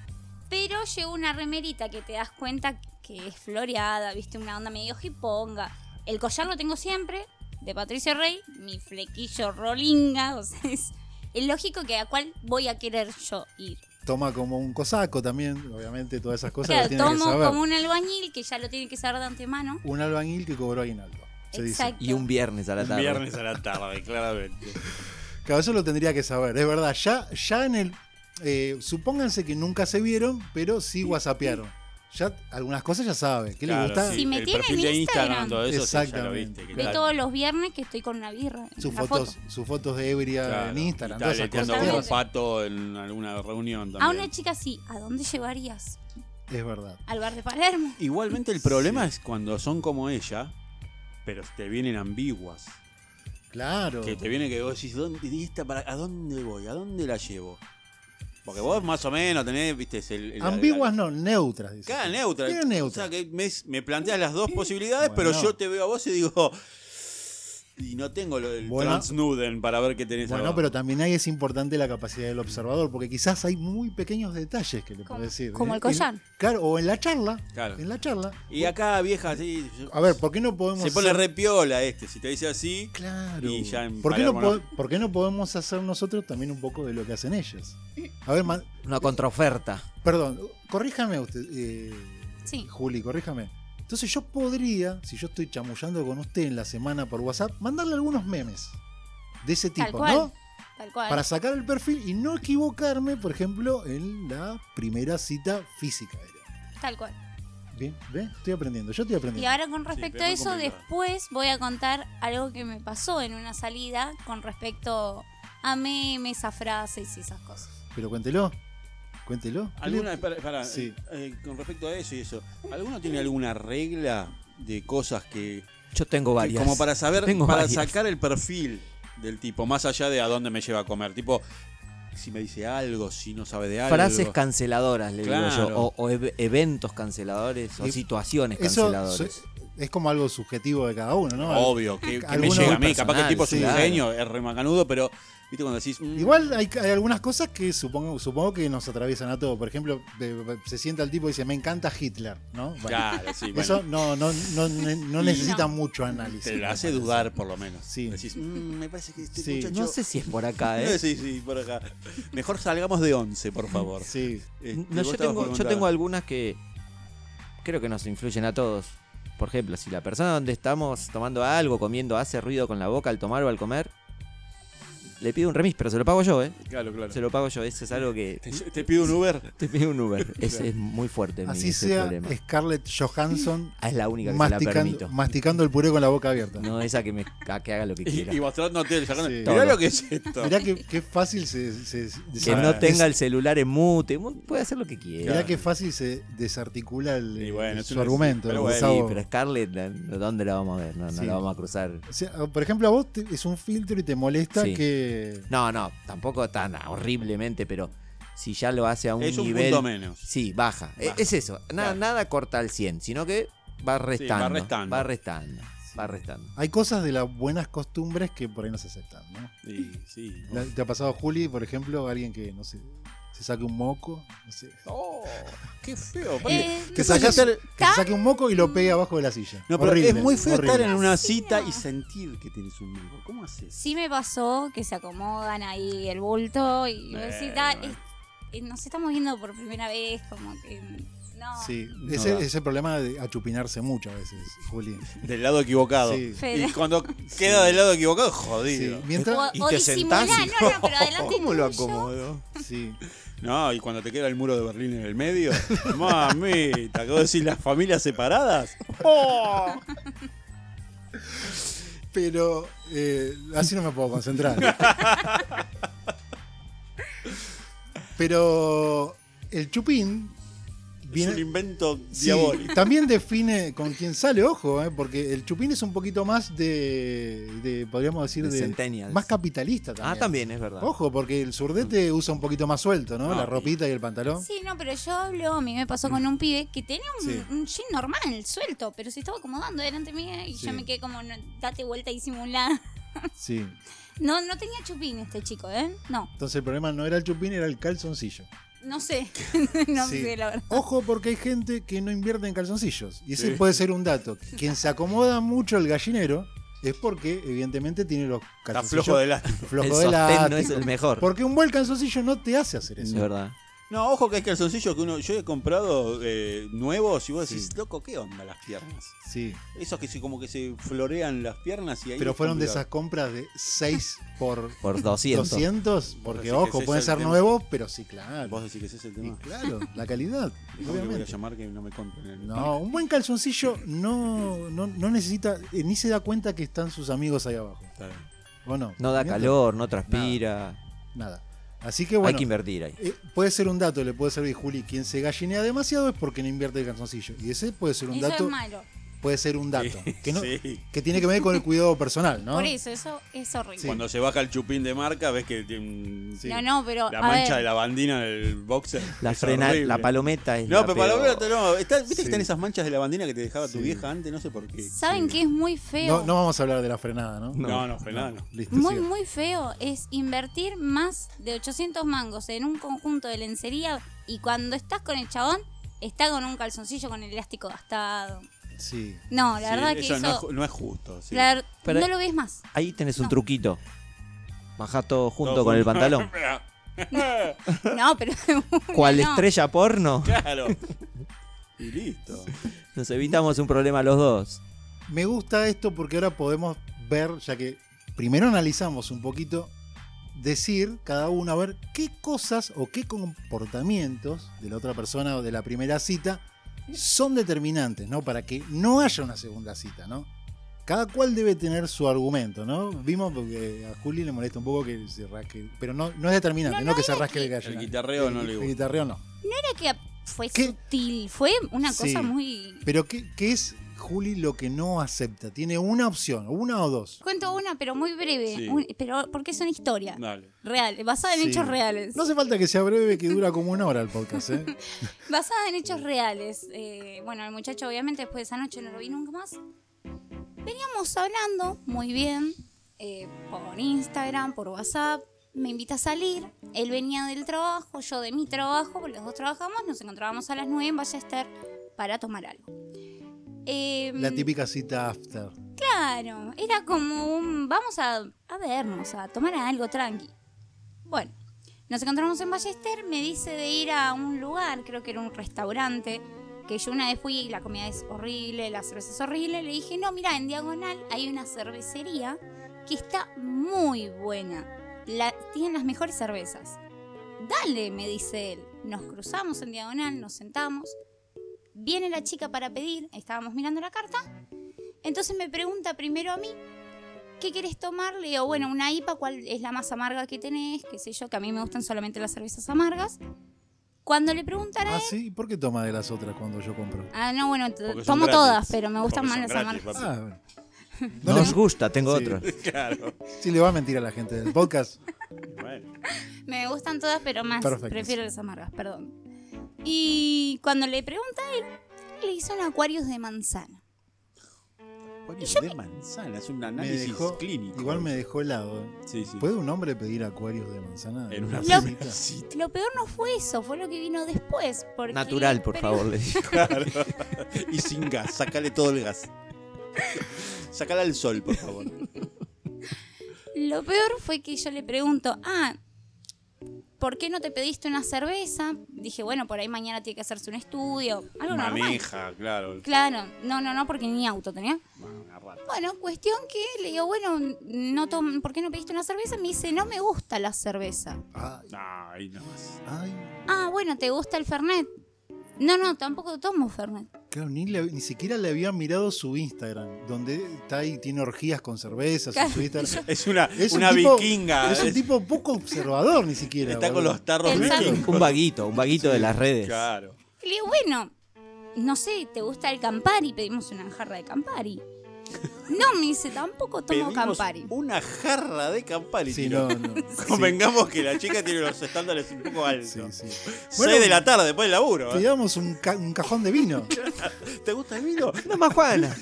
D: pero llevo una remerita que te das cuenta que es floreada, viste, una onda medio hiponga. El collar lo tengo siempre, de Patricio Rey, mi flequillo rolinga, o sea, es, es lógico que a cuál voy a querer yo ir.
A: Toma como un cosaco también, obviamente todas esas cosas
D: Claro,
A: las tiene que
D: tomo
A: saber.
D: como un albañil que ya lo tiene que saber de antemano.
A: Un albañil que cobró aguinaldo. Se dice.
D: Exacto.
C: Y un viernes a la
B: Un
C: tarde.
B: viernes a la tarde, claramente.
A: Claro, eso lo tendría que saber, es verdad. Ya, ya en el. eh, supónganse que nunca se vieron, pero sí whatsappearon. Ya algunas cosas ya sabe. ¿Qué le
B: Claro,
A: gusta?
B: sí,
D: Si me
B: el
D: tiene
B: perfil
D: en
B: de
D: Instagram.
B: todo eso sí, ya lo
A: Exactamente.
B: viste. que
D: Ve
B: tal.
D: todos los viernes que estoy con una birra. en
A: Sus
D: la
A: fotos,
D: foto.
A: sus fotos de ebria
B: Claro,
A: en Instagram,
B: y
A: todas esas
B: taleteando
A: cosas.
B: como
D: Totalmente.
B: un pato en alguna reunión
D: A
B: también.
D: una chica así, ¿a dónde llevarías?
A: Es verdad.
D: Al bar de Palermo.
B: Igualmente el problema es cuando son como ella, pero te vienen ambiguas.
A: Claro.
B: Que te viene que vos decís, ¿dónde, y esta para, ¿a dónde voy? ¿A dónde la llevo? Porque vos más o menos tenés, viste, es el, el-
A: Ambiguas no, neutras. dice.
B: Cada neutra.
A: Cada neutra.
B: O sea, que me, me planteas las dos posibilidades, pero
A: Bueno.
B: yo te veo a vos y digo, Y no tengo lo del
A: Bueno.
B: transnuden para ver qué tenés
A: Bueno,
B: abajo.
A: pero también ahí es importante la capacidad del observador, porque quizás hay muy pequeños detalles que le
D: Como-
A: puedo decir.
D: como el
A: En-
D: collar.
A: claro, o en la charla.
B: Claro.
A: En la charla.
B: Y acá, vieja, sí.
A: A ver, ¿por qué no podemos
B: se pone
A: hacer-
B: repiola este. Si te dice así.
A: Claro.
B: Y ya en
A: ¿Por, qué no
B: Palermo,
A: po- por qué no podemos hacer nosotros también un poco de lo que hacen ellas? A ver, ma-
C: Una contraoferta.
A: perdón, corríjame usted, eh,
D: Sí.
A: Juli, corríjame. Entonces yo podría, si yo estoy chamullando con usted en la semana por WhatsApp, mandarle algunos memes de ese
D: Tal
A: tipo,
D: cual.
A: ¿no?
D: Tal cual.
A: Para sacar el perfil y no equivocarme, por ejemplo, en la primera cita física. era.
D: Tal cual.
A: Bien, ¿ves? Estoy aprendiendo, yo estoy
D: Y
A: aprendiendo.
D: ahora con respecto
B: pero
D: a
B: muy
D: eso,
B: complicado.
D: después voy a contar algo que me pasó en una salida con respecto a memes, a frases y esas cosas.
A: Pero cuéntelo, cuéntelo.
B: ¿Alguna, para, para,
A: Sí.
B: eh, con respecto a eso y eso, ¿alguno tiene alguna regla de cosas que,
C: Yo tengo
B: que
C: varias.
B: como para saber,
C: Tengo
B: para
C: varias.
B: sacar el perfil del tipo, más allá de a dónde me lleva a comer? Tipo, si me dice algo, si no sabe de algo.
C: Frases canceladoras, le digo yo.
B: Claro.
C: O, o ev- eventos canceladores, o
A: Y-
C: situaciones
A: Eso
C: canceladoras.
A: so- es como algo subjetivo de cada uno, ¿no?
B: Obvio, que, que me
A: Alguno-
B: llega a mí.
C: Muy
B: Capaz que el
C: personal,
B: tipo es un
C: sí, claro.
B: genio, es remacanudo, pero viste cuando decís. mm,
A: Igual hay, hay algunas cosas que supongo, supongo que nos atraviesan a todos. Por ejemplo, de- de- se sienta el tipo y dice, me encanta Hitler, ¿no? Bueno,
B: Claro, sí, bueno,
A: Eso no, no, no, ne- no
B: Y-
A: necesita
D: No.
A: mucho análisis.
B: te
A: me
B: la hace
A: parece.
B: dudar, por lo menos.
A: Sí.
B: Decís, mm, me parece que este
A: Sí.
B: muchacho-
C: No sé si es por acá,
B: No,
C: ¿eh?
B: sí, sí, por acá. Mejor salgamos de 11, por favor.
A: Sí.
B: Este,
C: No,
B: vos
C: yo,
B: estabas por
C: tengo, yo
B: contar.
C: tengo algunas que creo que nos influyen a todos. Por ejemplo, si la persona donde estamos tomando algo, comiendo, hace ruido con la boca al tomar o al comer, le pido un remis, pero se lo pago yo, ¿eh?
B: Claro, claro.
C: Se lo pago yo. Eso es algo que.
B: Te, te pido un Uber.
C: Te pido un Uber. Es, es muy fuerte. mi-
A: Así
C: ese
A: sea
C: problema.
A: Scarlett Johansson
C: Ah, es la única que se la
A: masticando,
C: permito.
A: masticando el puré con la boca abierta.
C: No esa que, me, a que haga lo que quiera.
B: Y, y mostrándote el sacando-
A: Sí.
B: Mirá
C: Todo.
B: lo que es esto.
A: Mirá que, qué fácil se, se- se-
C: que
A: des-
C: no tenga el celular en mute. mu- Puede hacer lo que quiera.
A: Mirá qué fácil se desarticula el,
B: Y bueno,
A: el-
B: es
A: su
B: una-
A: argumento. ¿no?
B: pero bueno,
C: Sí,
A: Gustavo.
C: pero Scarlett, ¿dónde la vamos a ver? No, no
A: Sí.
C: la vamos a cruzar.
A: O sea, por ejemplo, a vos te- es un filtro y te molesta
C: Sí.
A: que...
C: No, no, tampoco tan horriblemente, pero si ya lo hace a un
B: Es un
C: nivel.
B: punto menos.
C: Sí, baja. E-
B: Baja.
C: Es eso.
B: Claro.
C: Nada, nada corta al 100, sino que va restando. va
B: restando.
C: restando. Va restando. Va restando.
A: Hay cosas de las buenas costumbres que por ahí no se aceptan, ¿no?
B: Sí, sí.
A: La- ¿Te ha pasado, Juli, por ejemplo, alguien que, no sé, se saque un moco? No sé.
B: Oh, qué feo. aparte.
D: Eh,
A: Que,
B: se
A: saque,
B: estar-
A: que se saque un moco y lo pegue abajo de la silla.
B: No, pero
A: Horrible,
B: es muy feo
A: horrible.
B: estar en una
D: Sí,
B: cita
D: no.
B: y sentir que tienes un amigo. ¿Cómo haces?
D: sí me pasó que se acomodan ahí el bulto y vos decís, "Da,
B: Bueno.
D: es- eh, nos estamos viendo por primera vez, como que mm, no.
A: Sí,
B: No da.
A: ese, ese problema de achupinarse mucho a veces, Juli.
B: Del lado equivocado.
A: Sí.
D: Fede.
B: Y cuando queda del lado equivocado,
A: Sí,
B: jodido.
A: mientras,
D: O- o disimulá, no, no, pero adelante tuyo.
A: sí.
B: No, y cuando te queda el muro de Berlín en el medio, mamita, ¿qué vos decís las familias separadas? ¡Oh!
A: Pero eh, así no me puedo concentrar. Pero el chupín
B: Es un
A: viene,
B: invento
A: Sí,
B: diabólico.
A: también define con quién sale, ojo, eh, porque el chupín es un poquito más de, de, podríamos decir,
C: De
A: de,
C: centennials.
A: más capitalista también.
C: Ah, también, es verdad. Mm.
A: Ojo, porque el surdete usa un poquito más suelto, ¿no?
B: Ah,
A: la
B: y-
A: ropita y el pantalón.
D: Sí, no, pero yo hablo, a mí me pasó con un pibe que tenía un,
A: Sí.
D: un jean normal, suelto, pero se estaba acomodando delante mía y
A: Sí.
D: yo me quedé como, "No, date vuelta y simulá.
A: Sí.
D: No, no tenía chupín este chico, ¿eh? No,
A: Entonces el problema no era el chupín, era el calzoncillo.
D: no sé, no
A: Sí.
D: sé la verdad.
A: Ojo porque hay gente que no invierte en calzoncillos. Y ese puede ser un dato. Quien se acomoda mucho el gallinero es porque, evidentemente, tiene los
B: Está
A: calzoncillos
B: flojo de la.
A: flojo
C: el
A: de
C: sostén
A: látigo.
C: no es el mejor.
A: Porque un buen calzoncillo no te hace hacer
C: Es
A: eso.
C: verdad.
B: No, ojo que hay calzoncillos que uno. Yo he comprado eh, nuevos y vos decís, loco, ¿qué onda las piernas?
A: Sí.
B: Esos que se, como que se florean las piernas y ahí.
A: Pero
B: es
A: fueron de esas
B: complicado.
A: compras de 6 por
C: Por 200.
A: 200. Porque,
B: Así que ese
A: ojo,
B: es
A: pueden
B: el
A: ser
B: tema.
A: nuevos, pero sí, claro.
B: Vos decís que ese es el
A: Y
B: tema.
A: claro, la calidad.
B: No me voy a
A: obviamente.
B: llamar que no me compren. el-
A: No, un buen calzoncillo no, no, no necesita, eh, ni se da cuenta que están sus amigos ahí abajo.
B: Está bien.
A: ¿O no?
C: No da
A: ¿Miento?
C: calor, no transpira.
A: Nada. Así que bueno.
C: Hay que invertir ahí.
A: Eh, puede ser un dato, le puede servir Juli. Quien se gallinea demasiado es porque no invierte el calzoncillo. Y ese puede ser un
D: Eso
A: dato
D: es malo.
A: puede ser un dato.
B: Sí,
A: que, no-
B: sí.
A: que tiene que ver con el cuidado personal, ¿no?
D: Por eso, eso es horrible.
A: Sí.
B: Cuando se baja el chupín de marca, ves que tiene un-
A: Sí.
D: No, no, pero.
B: la
D: a
B: mancha
D: ver,
B: de la bandina del boxer.
C: La,
B: Es
C: frena,
B: horrible.
C: la palometa es
B: No,
C: la
B: pero
C: peor.
B: palomera te- no. Está,
A: Sí.
B: ¿Viste que están esas manchas de la bandina que te dejaba tu
A: Sí.
B: vieja antes? No sé por qué.
D: ¿Saben qué es muy feo?
A: No, no vamos a hablar de la frenada, ¿no?
B: No, no, frenada no.
A: Listo,
D: Muy,
A: siga.
D: muy feo es invertir más de 800 mangos en un conjunto de lencería y cuando estás con el chabón, está con un calzoncillo con el elástico gastado.
A: Sí.
D: No, la
B: Sí,
D: verdad que eso.
B: no es ju- no es justo. sí.
D: la ver-
C: Pero-
D: no lo ves más.
C: Ahí tenés un
D: No.
C: truquito. Bajás todo junto
B: Todo
C: con el
B: junto.
C: pantalón.
D: No, pero.
C: ¿Cuál
D: no.
C: estrella porno?
B: Ah, claro. Y listo.
C: Nos evitamos un problema los dos.
A: Me gusta esto porque ahora podemos ver, ya que primero analizamos un poquito, decir cada uno a ver qué cosas o qué comportamientos de la otra persona o de la primera cita son determinantes, ¿no? Para que no haya una segunda cita, ¿no? Cada cual debe tener su argumento, ¿no? Vimos porque a Juli le molesta un poco que se rasque, pero no, no es determinante, no, que se rasque el gallo.
B: El guitarreo no le
A: El
B: gusta.
A: guitarreo no.
D: Mira que fue
A: ¿Qué?
D: sutil, fue una
A: Sí.
D: cosa muy.
A: Pero ¿qué, qué es Juli lo que no acepta? Tiene una opción, una o dos.
D: Cuento una, pero muy breve.
B: Sí.
D: un- pero porque es una historia.
B: Dale.
D: Real, basada en
A: Sí.
D: hechos reales.
A: No hace falta que sea breve, que dura como una hora el podcast, ¿eh?
D: Basada en hechos reales. Eh, bueno, el muchacho obviamente después de esa noche no lo vi nunca más. Veníamos hablando muy bien eh, por Instagram, por WhatsApp. Me invita a salir. Él venía del trabajo, yo de mi trabajo, porque los dos trabajamos. Nos encontrábamos a las 9 en Ballester para tomar algo. Eh,
A: La típica cita after.
D: Claro, era como un vamos a, a vernos, a tomar algo tranqui. Bueno, nos encontramos en Ballester, me dice de ir a un lugar, creo que era un restaurante, que yo una vez fui y la comida es horrible, la cerveza es horrible, le dije, no, mira, en diagonal hay una cervecería que está muy buena, la, tienen las mejores cervezas. Dale, me dice él, nos cruzamos en diagonal, nos sentamos, viene la chica para pedir, estábamos mirando la carta, entonces me pregunta primero a mí, ¿qué querés tomar? Le digo, bueno, una IPA, ¿cuál es la más amarga que tenés? Qué sé yo, que a mí me gustan solamente las cervezas amargas. Cuando le preguntan
A: Ah,
D: a él...
A: sí, ¿y por qué toma de las otras cuando yo compro?
D: Ah, no, bueno, t-
B: Porque son
D: tomo
B: gratis.
D: todas, pero me gustan
B: Porque
D: más
B: son
D: las
B: gratis,
D: amargas.
B: papi.
A: Ah, bueno. no,
C: Nos
A: le-
C: gusta, tengo
A: Sí.
C: otro.
B: Claro.
A: sí, le va a mentir a la gente del podcast.
B: Bueno.
D: Me gustan todas, pero más
A: Perfecto.
D: prefiero las amargas, perdón. Y cuando le pregunta a él, le hizo un acuarios de manzana.
B: Acuarios de manzana, es un
A: Me
B: análisis
A: dejó,
B: clínico.
A: igual me dejó helado. ¿eh?
B: Sí, sí.
A: ¿Puede un hombre pedir acuarios de manzana?
B: En una
D: Lo-
B: primera
A: cita?
B: cita.
D: Lo peor no fue eso, fue lo que vino después. porque-
C: Natural, por
D: pero-
C: favor, le digo.
B: Claro. Y sin gas, sacale todo el gas. Sacala al sol, por favor.
D: Lo peor fue que yo le pregunto, ah, ¿por qué no te pediste una cerveza? Dije, bueno, por ahí mañana tiene que hacerse un estudio, algo normal.
B: Maneja, claro.
D: Claro, no, no, no, porque ni auto tenía.
B: Una rata.
D: Bueno, cuestión que le digo, bueno, no tom- ¿por qué no pediste una cerveza? Me dice, no me gusta la cerveza.
A: Ay,
B: Ay, no más.
A: ay,
D: Ah, bueno, ¿te gusta el Fernet? No, no, tampoco tomo Fernet.
A: claro, ni, le- ni siquiera le había mirado su Instagram, donde está ahí, tiene orgías con cervezas en su Instagram.
B: Es una,
A: Es un
B: una
A: tipo-
B: vikinga.
A: Es un
B: Es-
A: tipo poco observador, ni siquiera.
B: está con
A: boludo.
B: los tarros
D: El sal-
B: vikingos.
C: Un vaguito, un vaguito de las redes.
B: Claro.
D: Le digo, bueno, no sé, ¿te gusta el Campari? Pedimos una jarra de Campari. No, me dice, tampoco tomo
B: Pedimos
D: Campari.
B: Una jarra de Campari.
A: Sí,
B: tiró.
A: no, no. Sí,
B: Convengamos que la chica tiene los estándares un poco altos.
A: sí, sí.
B: 6
A: Bueno,
B: de la tarde, después del laburo. ¿eh?
A: Pidamos un, ca- un cajón de vino.
B: ¿Te gusta el vino?
C: Nada más, Juana.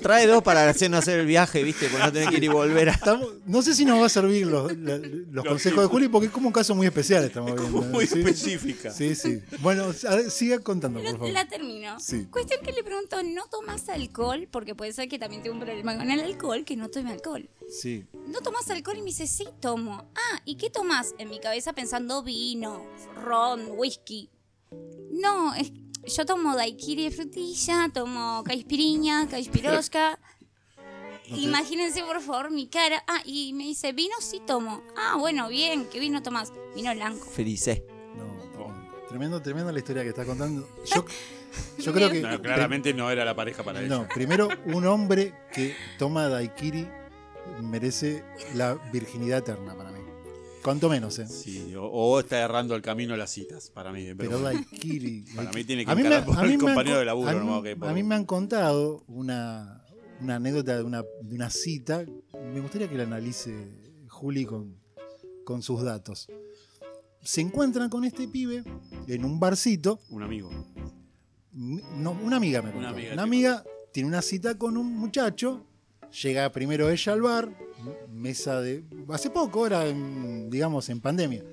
C: Trae dos para hacernos hacer el viaje, ¿viste? Cuando no tener que ir y volver a.
A: Estamos- no sé si nos va a servir los, la- los consejos de Juli porque es como un caso muy especial estamos viendo.
B: Como muy
A: ¿sí?
B: específica.
A: Sí, sí. Bueno, a ver, siga contando, por
D: Lo-
A: favor.
D: la termino.
A: Sí.
D: Cuestión que le pregunto, ¿no tomas alcohol? Porque puede ser que también tenga un problema con el alcohol, que no tome alcohol.
A: Sí.
D: ¿No tomas alcohol? Y me dice, sí, tomo. Ah, ¿y qué tomas? En mi cabeza pensando vino, ron, whisky. No, es- yo tomo daiquiri de frutilla, tomo caispiriña, caispirosca. Imagínense, por favor, mi cara. Ah, y me dice, vino sí tomo. Ah, bueno, bien, ¿qué vino tomás? Vino blanco.
C: Felices.
A: No, tremendo, tremendo, tremenda la historia que está contando. Yo, yo creo que.
B: No, claramente no era la pareja para ella.
A: No, primero, un hombre que toma daiquiri merece la virginidad eterna para mí. Cuanto menos, ¿eh?
B: Sí, o, o está errando el camino las citas, para mí. Pero,
A: Pero
B: bueno.
A: Daiquiri-
B: Para mí tiene que
A: A mí me-
B: encarar por
A: a mí
B: el
A: me han
B: compañero
A: co-
B: de laburo,
A: a mí-
B: nomás, que por-
A: A mí me han contado una, una anécdota de una, de una cita. Me gustaría que la analice Juli con, con sus datos. Se encuentran con este pibe en un barcito.
B: Un amigo.
A: M- no, una amiga me contó. Una
B: amiga
A: amiga,
B: te
A: tiene una cita con un muchacho. Llega primero ella al bar. m- Mesa de. Hace poco, era, en, digamos, en pandemia.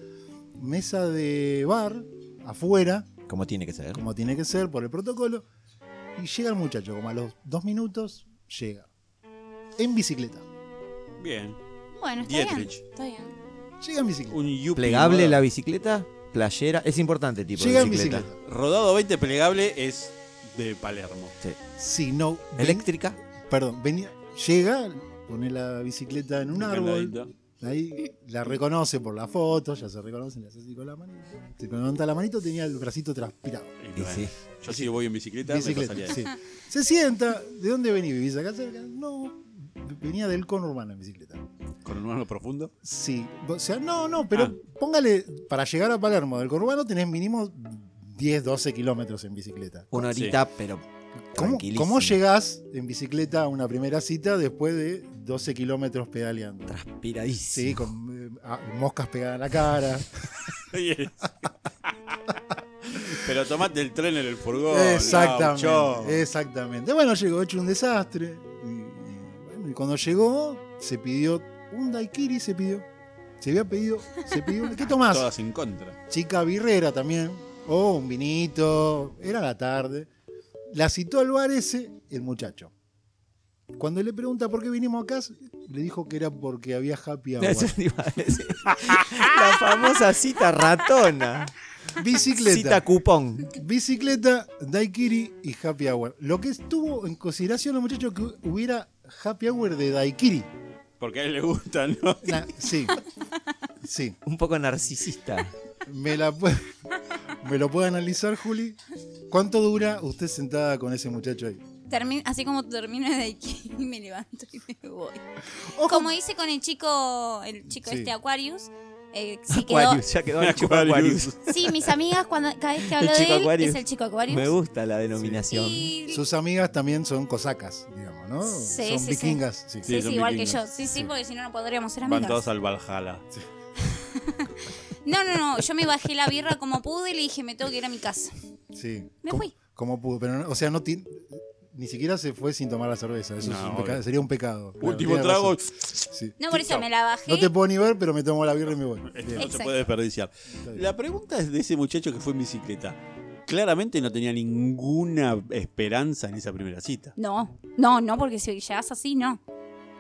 A: Mesa de bar, afuera
C: Como tiene que ser.
A: como tiene que ser por el protocolo. Y llega el muchacho, como a los dos minutos, llega. En bicicleta.
B: Bien.
D: Bueno, está
B: Dietrich.
D: bien. Está bien.
A: Llega en bicicleta.
B: Un yuppie,
C: Plegable
B: boludo.
C: la bicicleta, playera. Es importante el tipo
A: Llega
C: de
A: en
C: bicicleta.
A: bicicleta.
B: Rodado 20 plegable es de Palermo.
A: Sí, no. ven-
C: Eléctrica.
A: Perdón, venía, llega, pone la bicicleta en un árbol.
B: Encaradita.
A: Ahí la reconoce por la foto, ya se reconoce, le hace así con la manito. Te levanta la manito, tenía el bracito transpirado.
B: Y
C: Y
B: bueno,
C: sí.
B: Yo si voy en bicicleta, me
A: Bicicleta,
B: pasaría eso.
A: sí. Se sienta, ¿de dónde venís? ¿Vivís acá cerca? No, venía del conurbano en bicicleta.
B: Con un horno profundo.
A: Sí, o sea, no, no, pero
B: Ah.
A: póngale, para llegar a Palermo del Conurbano tenés mínimo 10, 12 kilómetros en bicicleta.
C: Una horita, pero.
A: ¿Cómo,
C: tranquilísimo.
A: ¿Cómo llegás en bicicleta a una primera cita después de 12 kilómetros pedaleando?
C: Transpiradísimo.
A: Sí, con eh, ah, moscas pegadas a la cara.
B: Pero tomate el tren en el furgón.
A: exactamente,
B: gaucho.
A: exactamente. Bueno, llegó hecho un desastre. Y, y bueno, y cuando llegó, se pidió un daiquiri, se pidió. Se había pedido, se pidió, ¿qué tomás?
B: Todas en contra.
A: chica birrera también, o un vinito, era la tarde. La citó al bar ese el muchacho. Cuando le pregunta por qué vinimos acá, le dijo que era porque había happy hour.
C: Eso te iba a decir. La famosa cita ratona. Cita
A: Bicicleta,
C: cupón.
A: bicicleta, daiquiri y happy hour. Lo que estuvo en consideración los muchachos que hubiera happy hour de daiquiri.
B: Porque a él le gusta, ¿no?
A: Na- sí, sí.
C: Un poco narcisista.
A: Me, la puede- me lo puede analizar, Juli. ¿Cuánto dura usted sentada con ese muchacho ahí?
D: Termi- así como termino de aquí, me levanto y me voy.
A: Ojo
D: Como hice con el chico, el chico
A: Sí.
D: este Aquarius. eh, se quedó-
C: Aquarius, ya quedó el chico
B: Aquarius.
C: Aquarius.
D: Sí, mis amigas, cuando, cada vez que
C: El
D: hablo de
C: chico
D: él,
C: Aquarius.
D: es el chico Aquarius.
C: Me gusta la denominación.
D: Y-
A: Sus amigas también son cosacas, digamos, ¿no?
D: Sí,
A: son
D: sí, sí.
A: vikingas. Sí.
D: Sí,
B: Sí,
D: sí,
B: son
D: igual que yo.
B: vikingas.
D: Sí, sí, porque si no, no podríamos ser
B: Van
D: amigas.
B: todos al Valhalla.
D: No, no, no. Yo me bajé la birra como pude y le dije, me tengo que ir a mi casa.
A: Sí.
D: Me
A: Como-
D: fui.
A: Como pudo, pero no- o sea, no ti- ni siquiera se fue sin tomar la cerveza. Eso es
B: No,
A: un peca-
B: obvio.
A: sería un pecado. Claro,
B: Último
A: tiene
B: trago.
A: razón. Sí.
D: No, por eso me la bajé.
A: No te puedo ni ver, pero me tomo la birra y me voy.
B: Esto
A: Bien,
B: no se
D: Exacto.
B: puede desperdiciar.
A: está bien.
B: La pregunta es de ese muchacho que fue en bicicleta. Claramente no tenía ninguna esperanza en esa primera cita.
D: No, no, no, porque si llegas así, no.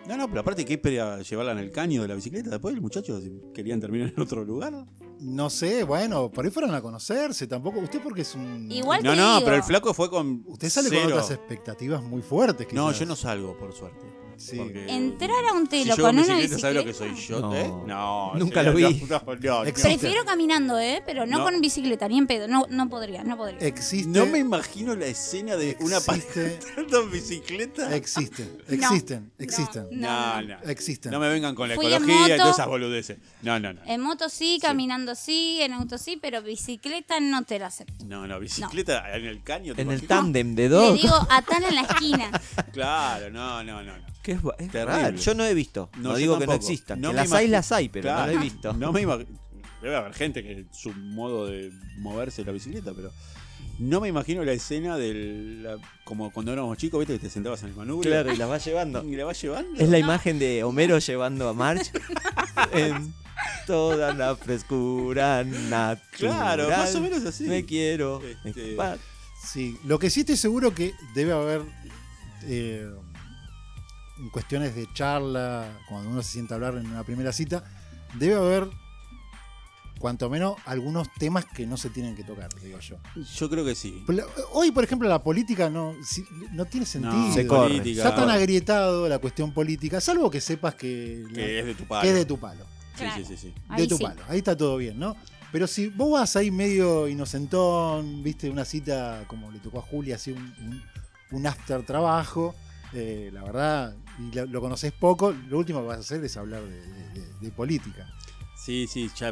B: No, no, pero aparte, ¿qué espera llevarla en el caño de la bicicleta? Después el muchacho, si querían terminar en otro lugar.
A: No sé, bueno, por ahí fueron a conocerse tampoco. Usted porque es un...
D: Igual
B: No,
D: te
B: no,
D: digo,
B: pero el flaco fue con.
A: Usted sale
B: cero.
A: con otras expectativas muy fuertes. quizás.
B: No, yo no salgo, por suerte.
A: Sí.
B: Porque
D: entrar a un
B: Eh, si
D: telo
B: yo
D: con
B: en
D: una
B: bicicleta,
D: bicicleta.
B: ¿sabes lo que soy yo?
C: No.
B: ¿eh? No,
C: Nunca
B: sería-
C: lo vi.
B: No, no, no, no.
A: Excelente.
D: Prefiero caminando, ¿eh? Pero no,
B: No.
D: con bicicleta, ni en pedo. No, no podría, no podría.
A: Existe...
B: No me imagino la escena de una pareja
A: existe,
B: entrando en bicicleta.
A: Existen,
D: No.
A: existen,
D: No,
A: existen,
B: No,
D: No,
B: no.
A: existen.
B: No me vengan con la
D: Fui en
B: ecología y
D: moto. Eh,
B: todas esas boludeces. No, no, no.
D: En moto sí, caminando sí, en auto sí, pero bicicleta no te la acepto.
B: No, no, bicicleta en el caño. ¿te
C: En el
B: imaginas?
C: tándem de
D: Le
C: dos.
D: digo, atala en la esquina.
B: Claro, no, no, no. no.
C: Que es, ba- es
B: Terrible.
C: raro. Yo no he visto. No,
B: yo
C: digo que no
B: tampoco.
C: existan.
B: No
C: que
B: me
C: las hay,
B: imagi-
C: las hay, pero no
B: Claro.
C: lo he visto.
B: No me imagino. Debe haber gente que su modo de moverse la bicicleta, pero no me imagino la escena del. la- como cuando éramos chicos, viste, que te sentabas en el manubrio
C: Claro, y las va llevando.
B: y la vas llevando.
C: Es la imagen de Homero llevando a Marge en toda la frescura natural.
B: Claro, más o menos así.
C: Me quiero.
B: Este-
C: escapar.
A: Sí, lo que sí estoy seguro que debe haber eh, en cuestiones de charla, cuando uno se sienta a hablar en una primera cita, debe haber cuanto menos algunos temas que no se tienen que tocar, digo yo.
B: Yo creo que sí.
A: Pero la- Hoy, por ejemplo, la política no, si- no tiene sentido.
B: No,
C: Se corre.
B: política.
A: Está tan agrietado la cuestión política, salvo que sepas que, la-
B: Que es de tu
A: que
B: padre.
A: es de tu palo.
B: Sí, sí, sí, sí.
A: de
D: Ahí
A: tu
D: sí.
A: palo. Ahí está todo bien, ¿no? Pero si vos vas ahí medio inocentón, viste una cita como le tocó a Julia, así un, un- un after trabajo, eh, la verdad, y la- lo, conocés poco, lo último que vas a hacer es hablar de, de- de- de política.
B: Sí, sí, ya,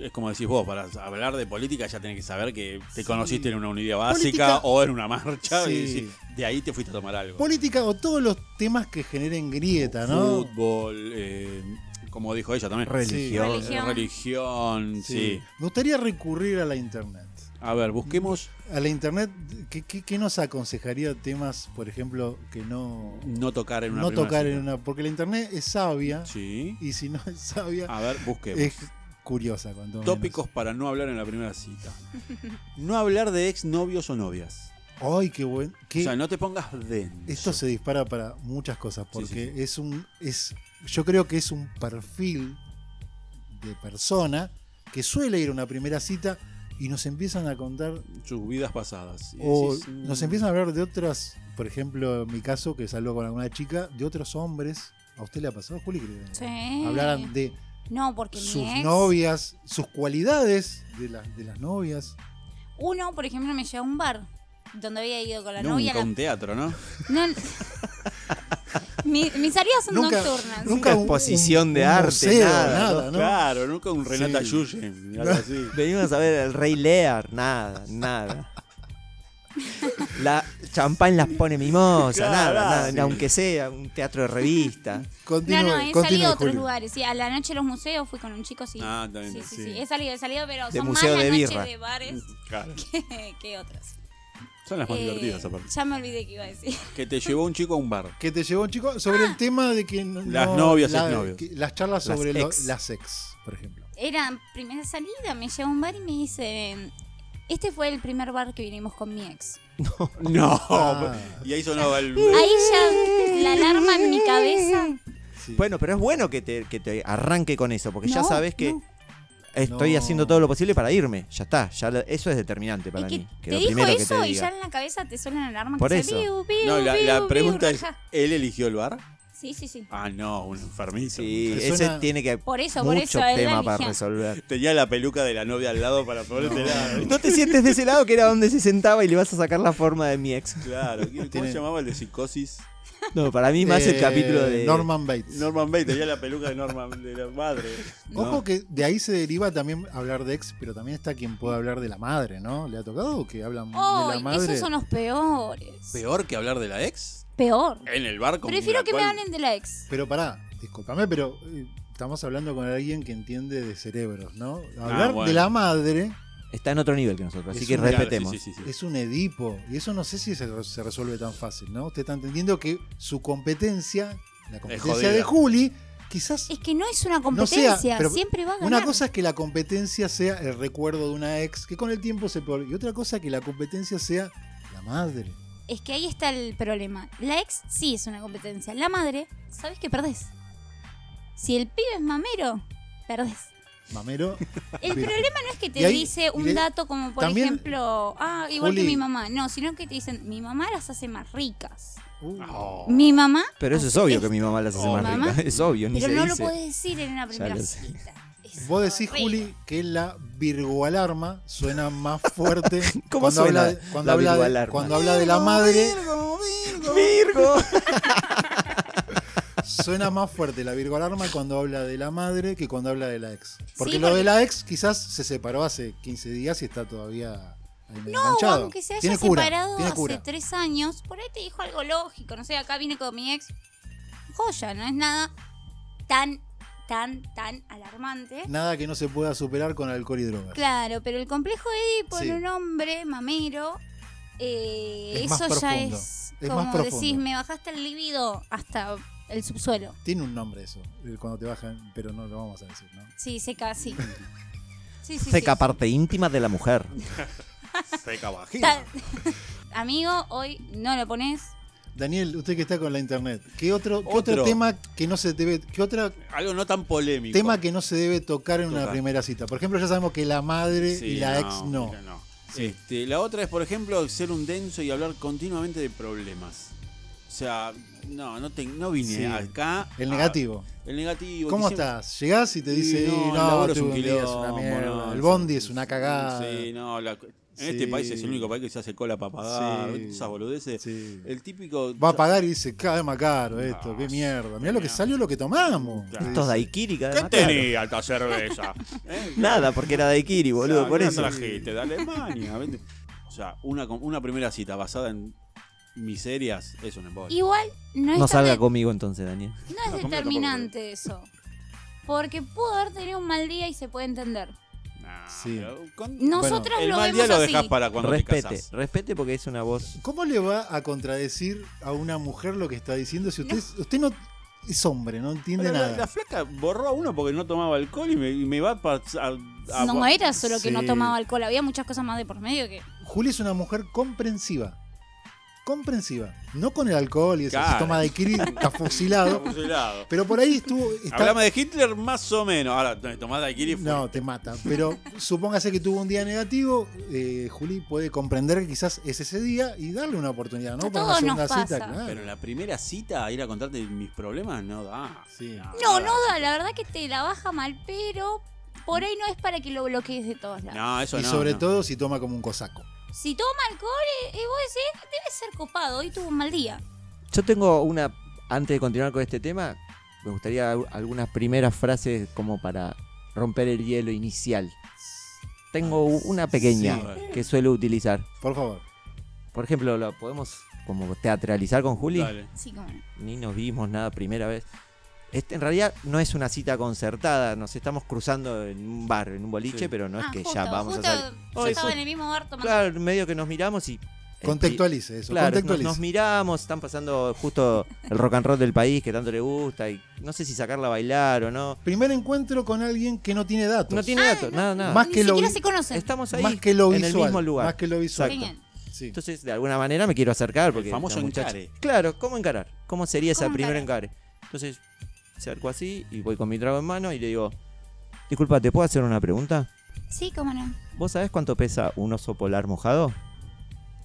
B: es como decís vos, para hablar de política ya tenés que saber que te conociste en una unidad básica
A: Política-
B: o en una marcha y
A: Sí.
B: decís, de ahí te fuiste a tomar algo.
A: Política o todos los temas que generen grieta, ¿no?
B: Fútbol, eh, como dijo ella también.
A: Religión.
B: Eh,
D: Religión.
B: Religión, sí.
A: Me gustaría recurrir a la internet.
B: A ver, busquemos,
A: A la internet, ¿qué, qué- qué nos aconsejaría temas, por ejemplo, que no,
B: no tocar en una
A: no
B: primera
A: tocar en
B: cita.
A: una. Porque la internet es sabia
B: Sí.
A: y si no es sabia,
B: A ver, busquemos.
A: es curiosa. cuanto menos.
B: Tópicos para no hablar en la primera cita. No hablar de exnovios o novias.
A: Ay, qué buen. qué-
B: O sea, no te pongas de.
A: Esto se dispara para muchas cosas, porque
B: sí, sí.
A: es un. es Yo creo que es un perfil de persona que suele ir a una primera cita y nos empiezan a contar.
B: Sus vidas pasadas. Y
A: O
B: decís, mm,
A: nos empiezan a hablar de otras. Por ejemplo, en mi caso, que salgo con alguna chica, de otros hombres. ¿A usted le ha pasado, Juli? Que
D: Sí.
A: Hablaran de
D: No, porque mi
A: sus
D: ex-
A: novias, sus cualidades de, las de las novias.
D: Uno, por ejemplo, me llevó a un bar donde había ido con la novia.
B: "Mm, Nunca
D: la-
B: un teatro, ¿no?
D: No, no. Mi- mis salidas son
A: Nunca-
D: nocturnas.
A: nunca
D: sí.
A: un-
C: exposición de arte, nada,
A: ¿no?
B: Claro, nunca un Renata
A: Sí.
B: Yuyen, algo así.
C: Venimos a ver el Rey Lear, nada, nada. La champán las pone mimosa,
B: Claro,
C: nada,
B: nada,
C: nada,
B: sí.
C: aunque sea un teatro de revista.
A: Continúe,
D: No, no, he
A: continúe,
D: salido a otros
A: Juli.
D: lugares. Sí, a la noche a los museos fui con un chico, sí.
B: Ah, también,
D: Sí, sí,
B: sí.
D: sí. He salido, he salido, pero
C: De
D: son
C: museo
D: más
C: de
D: las noches
C: birra.
D: de bares
B: Claro.
D: que, que otras.
B: Son las más
D: Eh,
B: divertidas, aparte.
D: Ya me olvidé que iba a decir.
B: Que te llevó un chico a un bar.
A: que te llevó un chico sobre el tema de que no-
B: Las
A: no-
B: novias, exnovios.
A: que- las charlas
C: Las
A: sobre lo-
C: ex.
A: las ex, por ejemplo.
D: Era primera salida, me lleva a un bar y me dice, este fue el primer bar que vinimos con mi ex.
B: No.
A: Ah.
B: Y ahí sonaba el.
D: Ahí ya la alarma en mi cabeza.
A: Sí.
C: Bueno, pero es bueno que te, que te arranque con eso, porque ya
D: No,
C: sabes que
D: no.
C: estoy
A: No.
C: haciendo todo lo posible para irme. Ya está, ya lo- eso es determinante para
D: Es que
C: mí. Que
D: te
C: lo
D: dijo
C: primero que
D: eso
C: te
D: y ya
C: diga.
D: en la cabeza te suena la alarma
C: Por
D: que
C: eso.
D: dice, "Biu, biu,
B: No, la,
D: biu,
B: la
D: biu,
B: pregunta es:
D: raja".
B: ¿él eligió el bar?
D: Sí, sí, sí.
B: Ah, no, un enfermizo.
C: Sí,
A: Te
C: ese
A: suena-
C: tiene que
D: Por eso, por
C: mucho
D: eso, es la
C: tema para
D: religión.
C: resolver.
B: Tenía la peluca de la novia al lado para ponerte la.
C: No te sientes de ese lado que era donde se sentaba y le vas a sacar la forma de mi ex.
B: Claro, ¿cómo
A: Tiene-
B: se llamaba el de psicosis?
C: No, para mí más el
A: Eh,
C: capítulo de
A: Norman Bates.
B: Norman Bates, tenía la peluca de Norman, de la madre.
A: Ojo que de ahí se deriva también hablar de ex, pero también está quien puede hablar de la madre, ¿no? ¿Le ha tocado que hablan Ah, de
D: Ay,
A: la madre?
D: esos son los peores.
B: ¿Peor que hablar de la ex?
D: Peor.
B: En el bar con
D: Prefiero
B: la
D: que me
B: cual-
D: hablen de la ex.
A: Pero pará, discúlpame, pero eh, estamos hablando con alguien que entiende de cerebros, ¿no?
C: Ah,
A: Hablar
B: bueno.
A: de la madre
C: está en otro nivel que nosotros, así
A: Es
C: que
A: un-
B: Claro,
C: respetemos.
B: sí, sí, sí, sí.
A: es un Edipo, y eso no sé si se, se resuelve tan fácil, ¿no? Usted está entendiendo que su competencia, la competencia
B: jodida.
A: de Juli, quizás
D: Es que no es una
A: No sea,
D: competencia,
A: pero
D: siempre va a ganar.
A: Una cosa es que la competencia sea el recuerdo de una ex, que con el tiempo se peor. Y otra cosa que la competencia sea la madre.
D: Es que ahí está el problema. La ex sí es una competencia. La madre, sabes que perdés. Si el pibe es mamero, perdés.
A: Mamero.
D: El
A: Bien.
D: problema no es que
A: Y
D: te
A: ahí-
D: dice
A: y
D: un
A: le-
D: dato como, por
A: también,
D: ejemplo, ah, igual que
A: Juli-
D: mi mamá. No, sino que te dicen, mi mamá las hace más ricas.
A: Uh,
B: Oh.
D: Mi mamá.
C: Pero eso es
D: hace
C: obvio
D: esto.
C: que mi mamá las hace
B: Oh,
C: más
D: mamá.
C: ricas. Es obvio, ni
D: Pero
C: se
D: no
C: dice.
D: lo puedes decir en una primera
C: lo sé.
D: cita. Es
A: Vos decís,
D: horrible.
A: Juli, que la virgoalarma suena más fuerte
C: ¿Cómo
A: cuando,
C: suena
A: habla, de- cuando,
C: la
A: habla, de,
C: virgoalarma?
A: cuando habla de la madre.
C: Virgo.
A: Suena más fuerte la virgoalarma cuando habla de la madre que cuando habla de la ex. Porque
D: Sí,
A: lo
D: porque-
A: de la ex quizás se separó hace 15 días y está todavía ahí medio
D: No,
A: enganchado.
D: aunque se haya
A: Tiene cura,
D: separado
A: tiene
D: hace
A: cura.
D: tres años, por ahí te dijo algo lógico. No sé, acá vine con mi ex. Joya, no es nada tan, tan, tan alarmante.
A: Nada que no se pueda superar con alcohol y drogas.
D: Claro, pero el complejo de Edipo
A: Sí.
D: en un hombre mamero, eh,
A: Es más
D: eso ya
A: profundo,
D: es,
A: es más
D: como
A: profundo.
D: decís, me bajaste el libido hasta el subsuelo.
A: Tiene un nombre eso, el cuando te bajan, pero no lo vamos a decir, ¿no?
D: Sí, seca, sí. Sí, sí, sí.
C: Seca parte íntima de la mujer.
B: Seca vagina.
D: Ta- Amigo, hoy no lo pones.
A: Daniel, usted que está con la internet, ¿qué otro, qué
B: Otro.
A: otro tema que no se debe, qué otro
B: Algo no tan polémico.
A: tema que no se debe tocar en una
B: Tocar.
A: primera cita? Por ejemplo, ya sabemos que la madre
B: Sí,
A: y la ex no.
B: mira, Este, la otra es, por ejemplo, ser un denso y hablar continuamente de problemas. O sea, no, no, te- no vine
A: Sí.
B: acá.
A: El
B: a-
A: negativo.
B: el negativo.
A: ¿Cómo
B: que siempre-
A: estás? Llegás y te dice,
B: Ah, Sí,
A: "Y
B: el
A: no,
B: laburo
A: tuve un día, es una
B: quilombo,
A: mierda,
B: no,
A: el bondi es una cagada.
B: Sí, no, la- En este
A: Sí.
B: país es el único país que se hace cola para pagar.
A: Sí.
B: ¿viste? Esas boludeces.
A: Sí.
B: El típico.
A: Va a pagar y dice, cada vez más caro esto,
B: Ah,
A: qué
B: sí,
A: mierda. Mirá lo que
B: mira.
A: salió lo que tomamos.
B: Claro.
C: Estos daiquiri cada vez
B: ¿Qué
C: más caros.
B: tenía alta cerveza? ¿Eh?
C: Nada, porque era daiquiri, boludo,
B: O sea,
C: por
B: mirá
C: eso.
B: la gente de Alemania. ¿viste? O sea, una, com- una primera cita basada en miserias es un embole.
D: Igual no es,
C: No
D: tan
C: salga
D: de-
C: conmigo entonces, Daniel.
D: no es
B: No, conmigo
D: determinante eso. Porque pudo haber tenido un mal día y se puede entender.
B: Nah,
A: Sí.
B: pero con-
D: Nosotros
B: el
D: lo
B: mal
D: vemos
B: día lo
D: así.
B: dejas para cuando te
C: respete,
B: casas.
C: respete porque es una voz.
A: ¿Cómo le va a contradecir a una mujer lo que está diciendo si usted usted no es hombre, no entiende
B: La, la- la
A: nada?
B: flaca borró a uno porque no tomaba alcohol y me, y me va pa- a, a-
D: no era solo que no
A: sí.
D: tomaba alcohol, había muchas cosas más de por medio que.
A: Julia es una mujer comprensiva. Comprensiva. No con el alcohol y eso,
B: Claro.
A: se toma de Kiri, está
B: a-
A: fusilado.
B: fusilado.
A: Pero por ahí estuvo. está-
B: Hablame de Hitler más o menos. Ahora, tomás daiquiri. fue-
A: No, te mata. Pero supóngase que tuvo un día negativo, eh, Juli puede comprender que quizás es ese día y darle una oportunidad, ¿no? Para
D: A
A: una
D: todos nos
A: segunda cita,
D: pasa.
A: claro.
B: Pero en la primera cita, ir a contarte mis problemas, no da.
A: Sí.
D: No, no, da, la verdad que te la baja mal, pero por ahí no es para que lo bloquees de todos lados.
B: No, eso
A: y
B: no,
A: sobre
B: no.
A: todo si toma como un cosaco.
D: Si toma alcohol eh, y vos decís, debe ser copado, hoy tuvo un mal día.
C: Yo tengo una. Antes de continuar con este tema, me gustaría al- algunas primeras frases como para romper el hielo inicial. Tengo u- una pequeña
B: Sí.
C: que suelo utilizar.
A: Por favor.
B: Eh,
C: Por ejemplo, ¿la podemos como teatralizar con Juli?
B: Dale.
D: Sí, como no.
C: Ni nos vimos nada primera vez. Este, en realidad no es una cita concertada, nos estamos cruzando en un bar, en un boliche,
B: Sí.
C: pero no es
D: Ah,
C: que
D: justo,
C: ya vamos
D: justo
C: a salir.
D: Yo
C: Sí,
D: estaba
C: sí.
D: en el mismo bar tomando.
C: Claro, medio que nos miramos y... este,
A: Contextualice eso.
C: Claro, nos,
A: contextualice.
C: nos miramos, están pasando justo el rock and roll del país que tanto le gusta y no sé si sacarla a bailar o no.
A: Primer encuentro con alguien que no tiene datos.
C: No tiene
D: Ah,
C: datos,
D: no.
C: nada, nada.
A: Más
D: Ni
A: que lo
D: siquiera
A: vi-
D: se conocen.
C: Estamos ahí
A: más que lo
C: en
A: visual.
C: el mismo lugar.
A: Más que lo visual.
C: Exacto.
D: Genial.
A: Sí.
C: Entonces, de alguna manera me quiero acercar porque
B: El famoso
C: esta muchacha-
B: encare.
C: Claro, ¿cómo encarar? ¿Cómo sería ese
D: ¿Cómo
C: primer encare? Entonces, acerco así y voy con mi trago en mano y le digo, "Disculpa, ¿te puedo hacer una pregunta?
D: Sí, cómo no.
C: ¿Vos sabés cuánto pesa un oso polar mojado?"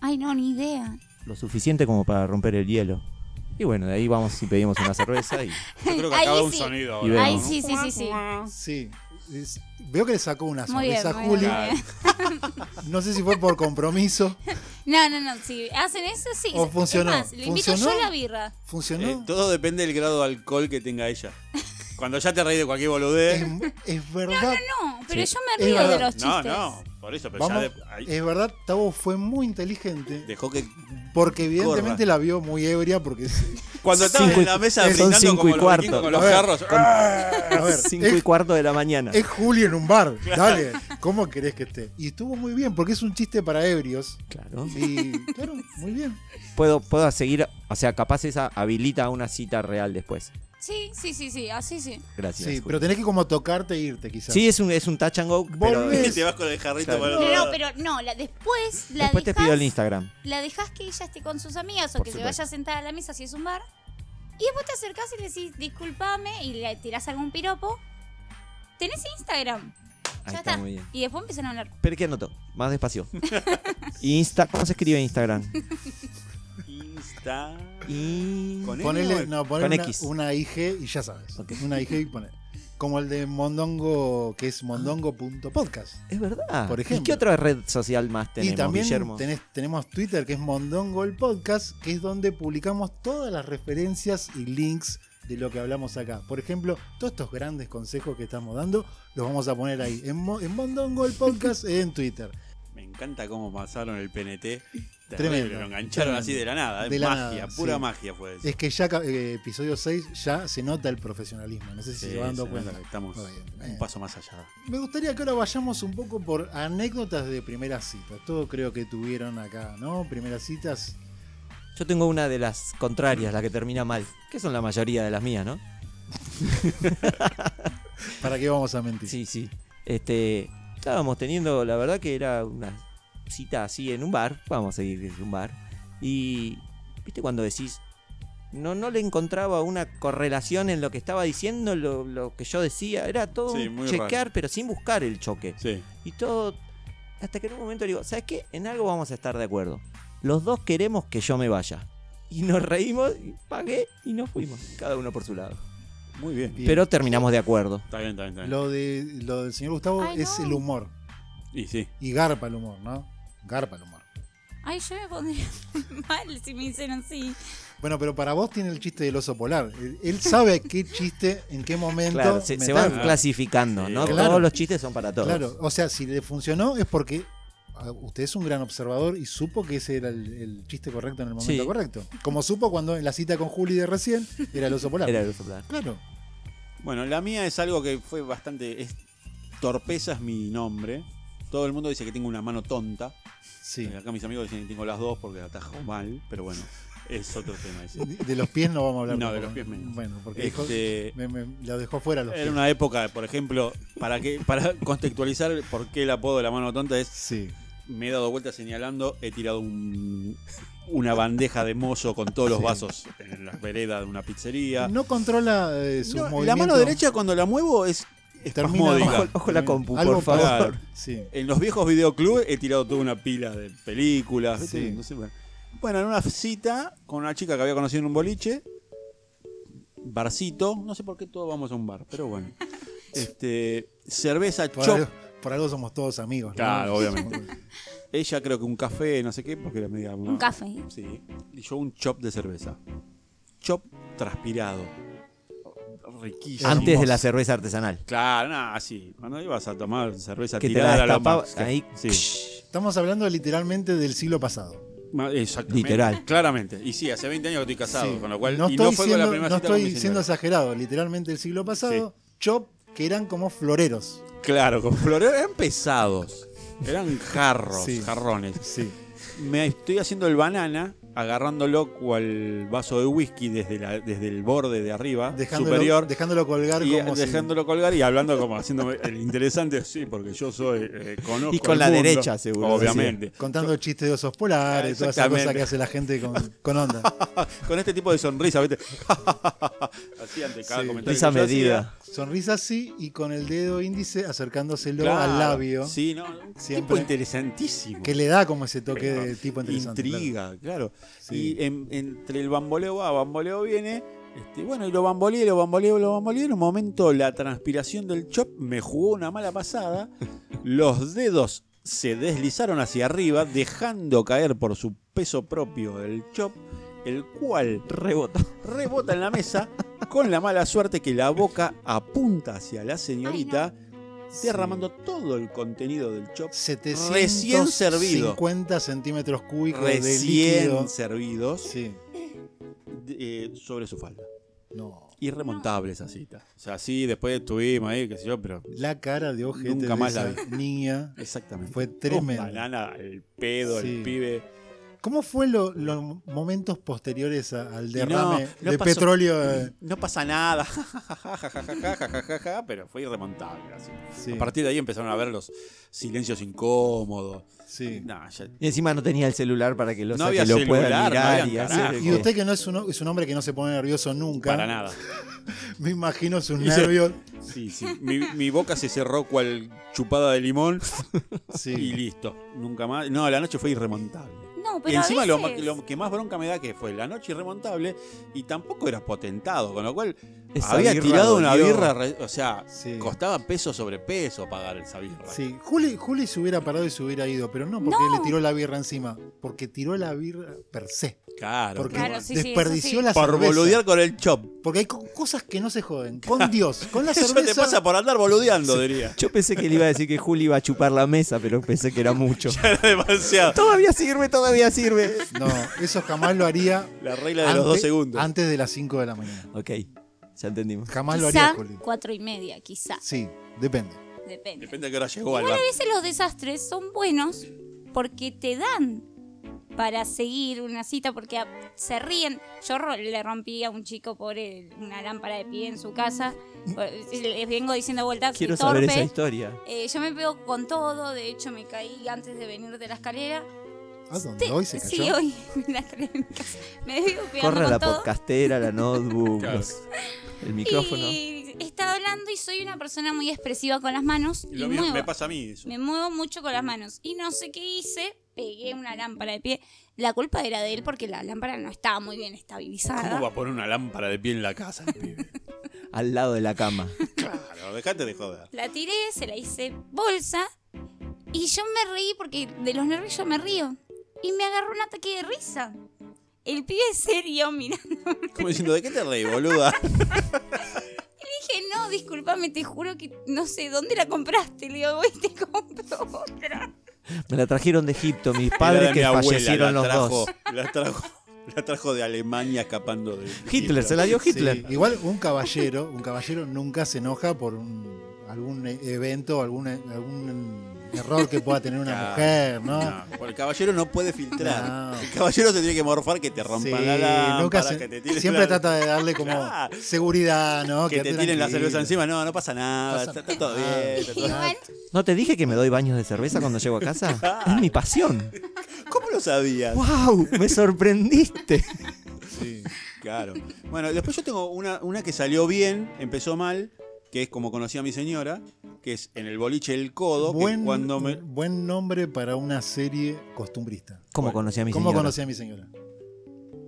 D: Ay, no, ni idea.
C: Lo suficiente como para romper el hielo. Y bueno, de ahí vamos y pedimos una cerveza y
B: Yo creo que
D: Ahí
B: acaba un
D: sí.
B: sonido.
C: Y
B: ahora,
D: Ay,
C: vemos.
B: ¿no?
D: sí, sí, sí, sí.
A: Sí. Es- veo que le sacó una
D: Muy bien.
A: sonrisa a
D: muy
A: Juli.
D: bien, muy bien.
A: No sé si fue por compromiso.
D: No, no, no. Si hacen eso, sí.
A: O
D: Es
A: funcionó,
D: más, le invito yo
A: funcionó.
D: a la birra.
A: ¿Funcionó?
B: Eh, todo depende del grado de alcohol que tenga ella. Cuando ya te reí de cualquier boludez.
A: es, es verdad.
D: No, pero
C: Sí.
D: yo me
A: Es
D: río de
A: verdad.
D: los
B: No,
D: chistes.
B: no, por eso,
C: Pues
B: pero
A: Vamos, eh,
B: ya de- ahí
A: es verdad, Tavo fue muy inteligente.
B: dejó que.
A: Porque evidentemente
B: Corra.
A: la vio muy ebria porque...
B: Cuando estaban
C: Cinco y-
B: en la
A: eh,
B: mesa
C: son
B: brindando
C: cinco
B: como
C: y
B: los
C: cuarto.
B: vikingos con
A: A
B: los
A: ver, ah,
B: carros.
A: con- A ver,
C: 5 y
A: es,
C: cuarto de la mañana.
A: es Juli en un bar. Dale, ¿cómo querés que esté? Y estuvo muy bien porque es un chiste para ebrios.
C: Claro.
A: Y claro, muy bien.
C: Puedo, puedo seguir, o sea, capaz esa habilita una cita real después.
D: Sí, sí, sí, sí. Así sí.
C: Gracias.
A: Sí,
C: Juli.
A: pero tenés que como tocarte e irte quizás.
C: Sí, es un, es un touch and go, pero
A: Volvés.
B: Y te vas con el jarrito
C: Claro.
B: para el otro
D: No,
B: lado.
D: pero no, la, después la
C: después te
D: dejás,
C: pido el Instagram.
D: la dejás que ella esté con sus amigas o
C: Por
D: que se
C: supuesto.
D: vaya sentada a la mesa si es un bar. Y después te acercás y le decís, disculpame, y le tirás algún piropo. Tenés Instagram.
C: Ahí
D: ya
C: está, muy bien.
D: Y después empiezan a hablar.
C: Pero que anoto, más despacio. Insta, ¿Cómo se escribe Instagram?
B: Insta.
C: Y...
B: Con él.
A: Ponele, no, ponele
C: Con
A: una,
C: X.
A: una IG y ya sabes. Una IG y ponele. Como el de Mondongo, que es mondongo.podcast.
C: Es verdad.
A: Por
C: ¿Y qué
A: ejemplo.
C: otra red social más tenemos,
A: Y también
C: Guillermo?
A: tenés- tenemos Twitter, que es Mondongo el Podcast, que es donde publicamos todas las referencias y links de lo que hablamos acá. Por ejemplo, todos estos grandes consejos que estamos dando, los vamos a poner ahí. En, Mo- en Mondongo el Podcast en Twitter.
B: Me encanta cómo pasaron el PNT. Terrible,
A: Tremendo,
B: Lo engancharon
A: tremendo.
B: así de la nada. eh.
A: De la
B: magia,
A: nada,
B: pura
A: sí.
B: magia fue eso.
A: Es que ya ca- eh, episodio 6 ya se nota el profesionalismo. No sé si
B: Sí,
A: se van dando
B: se
A: cuenta.
B: nota que Estamos
A: Muy bien, muy
B: un
A: bien.
B: paso más allá.
A: Me gustaría que ahora vayamos un poco por anécdotas de primeras citas. Todo creo que tuvieron acá, ¿no? Primeras citas.
C: Yo tengo una de las contrarias, la que termina mal. Que son la mayoría de las mías, ¿no?
A: ¿Para qué vamos a mentir?
C: Sí, sí. Este, estábamos teniendo, la verdad que era una cita así en un bar, vamos a seguir desde un bar, y viste cuando decís, no, no le encontraba una correlación en lo que estaba diciendo, lo, lo que yo decía, era todo
B: Sí,
C: un
B: muy
C: chequear,
B: raro.
C: pero sin buscar el choque.
B: Sí.
C: Y todo, hasta que en un momento le digo, ¿sabes qué? En algo vamos a estar de acuerdo. Los dos queremos que yo me vaya. Y nos reímos, y pagué y nos fuimos, cada uno por su lado.
B: Muy bien.
A: Bien.
C: Pero terminamos de acuerdo.
B: Está bien, está bien, está bien.
A: Lo, de, lo del señor Gustavo
D: Ay,
A: es
D: no.
A: el humor.
B: Y sí.
A: Y garpa el humor, ¿no? Garpa el humor.
D: Ay, yo me pondría mal si me dicen así.
A: Bueno, pero para vos tiene el chiste del oso polar. Él- Él sabe qué chiste, en qué momento.
C: Claro, se, se
A: meterlo.
C: van clasificando, ¿no?
A: Claro.
C: Todos los chistes son para todos.
A: Claro, o sea, si le funcionó es porque ah, usted es un gran observador y supo que ese era el, el chiste correcto en el momento
C: Sí.
A: correcto. Como supo cuando en la cita con Juli de recién era el oso polar.
C: Era el oso polar.
A: Claro.
B: Bueno, la mía es algo que fue bastante. es- torpeza es mi nombre. Todo el mundo dice que tengo una mano tonta.
A: Sí.
B: Eh, Acá mis amigos dicen que tengo las dos porque atajo mal, pero bueno, es otro tema ese.
A: De de los pies no vamos a hablar.
B: No, de
A: tampoco.
B: los pies menos.
A: Bueno, porque dijo-
B: Este,
A: me, me- lo dejó fuera los
B: era
A: pies.
B: una época, por ejemplo, para que para contextualizar por qué el apodo de la mano tonta es
A: Sí.
B: me he dado vuelta señalando, he tirado un- una bandeja de mozo con todos los
A: Sí.
B: vasos en las veredas de una pizzería.
A: No controla eh, sus
B: No,
A: movimientos.
B: la mano derecha cuando la muevo es
A: termina
B: espasmódica.
C: Ojo- ojo la compu,
A: Algo
C: por favor.
A: pasa. Sí.
B: En los viejos videoclubes he tirado toda una pila de películas. ¿viste?
A: Sí.
B: No sé, bueno. Bueno, en una cita con una chica que había conocido en un boliche, barcito, no sé por qué todos vamos a un bar, pero bueno. Este, cerveza
A: Por,
B: chop.
A: algo, por algo somos todos amigos. ¿no?
B: Claro, obviamente. Ella creo que un café, no sé qué, porque era media.
D: Un café.
B: Sí. Y yo un chop de cerveza. Chop transpirado. Riquísimo.
C: Antes de la cerveza artesanal.
B: Claro, nada, sí. Cuando ibas a tomar cerveza
C: Que te
B: tirada
C: la
B: a la
C: destapaba
B: más-
C: ahí.
B: Sí.
A: Estamos hablando literalmente del siglo pasado.
B: Ma- Exactamente.
C: Literal.
B: Claramente. Y sí, hace 20 años que estoy casado,
A: Sí.
B: con lo cual.
A: no
B: y
A: estoy
B: no fue
A: siendo,
B: con la primera
A: no
B: cita
A: estoy
B: con mi
A: siendo
B: señora.
A: exagerado, literalmente el siglo pasado, chop que eran como floreros.
B: Claro, con florero eran pesados. Eran jarros,
A: Sí.
B: jarrones.
A: Sí.
B: Me estoy haciendo el banana, agarrándolo cual vaso de whisky desde, la- desde el borde de arriba,
A: Dejándolo,
B: superior.
A: dejándolo colgar
B: y
A: como si-
B: dejándolo colgar y hablando como haciéndome el interesante, sí, porque yo soy, eh, conozco
C: Y con
B: el
C: la
B: mundo.
C: derecha, seguro.
B: Obviamente.
A: contando chistes de osos polares, toda esa cosa
B: Exactamente.
A: que hace la gente con, con onda.
B: Con este tipo de sonrisa, ¿viste? Así ante cada
A: Sí.
B: comentario.
C: Risa
B: que yo hacía.
C: medida.
A: Sonrisa sí y con el dedo índice acercándoselo
B: Claro.
A: al labio,
B: Sí, no, un tipo
A: Siempre.
B: interesantísimo.
A: que le da como ese toque
B: Pero
A: de tipo interesante. claro.
B: Intriga, claro.
A: Sí.
B: Y en- entre el bamboleo va, bamboleo viene. Este, bueno, y lo bamboleé, lo bamboleé, lo bamboleé. En un momento la transpiración del chop me jugó una mala pasada. Los dedos se deslizaron hacia arriba, dejando caer por su peso propio el chop, el cual
C: Rebotó.
B: rebota en la mesa con la mala suerte que la boca apunta hacia la señorita, derramando todo el contenido del chop
A: 750 centímetros cúbicos de líquido.
B: recién servidos
A: Sí.
B: de- eh, sobre su falda.
A: No.
B: Irremontable esa cita. O sea, sí, después estuvimos ahí, qué sé yo, pero
A: La cara de ojete
B: Nunca
A: de
B: más
A: esa
B: la
A: niña
B: exactamente.
A: fue tremenda.
B: banana, el pedo,
A: Sí.
B: el pibe.
A: ¿Cómo fue lo- los momentos posteriores a- al derrame
B: no
A: de
B: pasó.
A: petróleo? eh?
B: No pasa nada, jajajajajajajaja, pero fue irremontable. así.
A: Sí,
B: A partir de ahí empezaron a ver los silencios incómodos.
A: sí.
B: Nah, ya-
C: Y encima no tenía el celular para que lo,
B: No había
C: saque, lo
B: celular,
C: pueda
B: no
C: mirar
B: habían
C: y
B: carajo.
C: hacer.
A: Y usted que no es un, es un hombre que no se pone nervioso nunca.
B: Para nada.
A: Me imagino sus
B: Y se-
A: nervios.
B: Sí, sí. Mi, mi boca se cerró cual chupada de limón y
A: Sí.
B: listo. Nunca más. No, la noche fue irremontable.
D: No,
B: y
D: pero
B: encima
D: a
B: lo,
D: veces...
B: lo que más bronca me da que fue la noche irremontable y tampoco era potentado, con lo cual
C: Esa
B: había
C: birra
B: tirado una
C: dolió.
B: birra, re- o sea,
A: Sí.
B: costaba peso sobre peso pagar esa birra.
A: Sí. Juli, Juli se hubiera parado y se hubiera ido, pero no porque
D: No.
A: le tiró la birra encima, porque tiró la birra per se.
B: Claro.
A: Porque
D: Claro, sí, sí, eso
A: desperdició
D: sí.
A: la
B: por
A: cerveza.
B: boludear con el chop.
A: Porque hay co- cosas que no se joden. Con Dios, con la
B: Eso
A: cerveza.
B: te pasa por andar boludeando, diría.
C: Yo pensé que le iba a decir que Juli iba a chupar la mesa, pero pensé que era mucho.
B: Era demasiado.
C: todavía sirve, todavía sirve.
A: No, eso jamás lo haría
B: La regla de los dos segundos.
A: antes de las 5 de la mañana.
C: Ok, ya entendimos.
A: Jamás lo haría,
D: Quizá
A: Juli.
D: cuatro y media, quizá.
A: Sí, depende.
D: Depende.
B: Depende de qué hora llegó al
D: Igual
B: bar.
D: a veces los desastres son buenos porque te dan para seguir una cita, porque a- se ríen. Yo ro- le rompí a un chico por el- una lámpara de pie en su casa. Por- Les vengo diciendo vueltas
C: Quiero
D: soy torpe.
C: saber esa historia.
D: Eh, yo me pego con todo, de hecho me caí antes de venir de la escalera.
A: ¿A dónde? Hoy se cayó.
D: Sí, hoy en la escalera de mi casa. Me digo pegando
C: Corre a
D: con
C: la
D: todo.
C: podcastera, la notebook,
B: Claro.
C: los- el micrófono.
D: Y estaba hablando y soy una persona muy expresiva con las manos.
B: Lo
D: y
B: mismo
D: muevo.
B: me pasa a mí eso.
D: Me muevo mucho con las manos. Y no sé qué hice. Pegué una lámpara de pie. La culpa era de él porque la lámpara no estaba muy bien
B: ¿Cómo va
D: estabilizada.
B: a poner una lámpara de pie en la casa, el pibe?
C: Al lado de la cama.
B: Claro, dejate de joder.
D: La tiré, se la hice bolsa. Y Y yo me reí porque de los nervios yo me río. Y me agarró un ataque de risa. El pibe serio mirando.
B: Como diciendo, ¿de qué te reí, boluda?
D: Dije, no, discúlpame, te juro que no sé dónde la compraste. Le digo, voy y te compro otra.
C: Me la trajeron de Egipto, mis
B: Era
C: padres
B: de
C: que
B: mi abuela,
C: fallecieron
B: la
C: los
B: trajo,
C: dos.
B: La trajo, la trajo de Alemania escapando de
C: Hitler, se la dio Hitler.
A: Sí, Igual un caballero, un caballero nunca se enoja por un- algún e- evento, algún, e- algún error que pueda tener una mujer,
B: Claro.
A: ¿no?
B: No, porque el caballero no puede filtrar.
A: No.
B: El caballero se tiene que morfar que te rompan
A: Sí,
B: la lámpara,
A: nunca se-
B: que te tiren
A: siempre
B: la-
A: trata de darle como
B: Claro.
A: seguridad, ¿no?
B: que te
A: Quédate
B: tiren
A: tranquilo.
B: la
A: Ah,
B: cerveza encima. No, no pasa nada.
A: Pasa
B: está, está todo
A: nada.
B: bien. está todo-
D: Igual,
C: ¿No te dije que me doy baños de cerveza cuando llego a casa? Es mi pasión.
B: ¿Cómo lo sabías?
C: ¡Wow! Me sorprendiste.
A: Sí.
B: Claro. Bueno, después yo tengo una, una que salió bien, empezó mal, que es como conocí a mi señora, que es en el boliche El Codo, que
A: Buen,
B: cuando me...
A: buen nombre para una serie costumbrista.
C: ¿Cómo
B: Bueno,
C: conocí a mi
A: ¿Cómo
C: señora?
A: conocí a mi señora?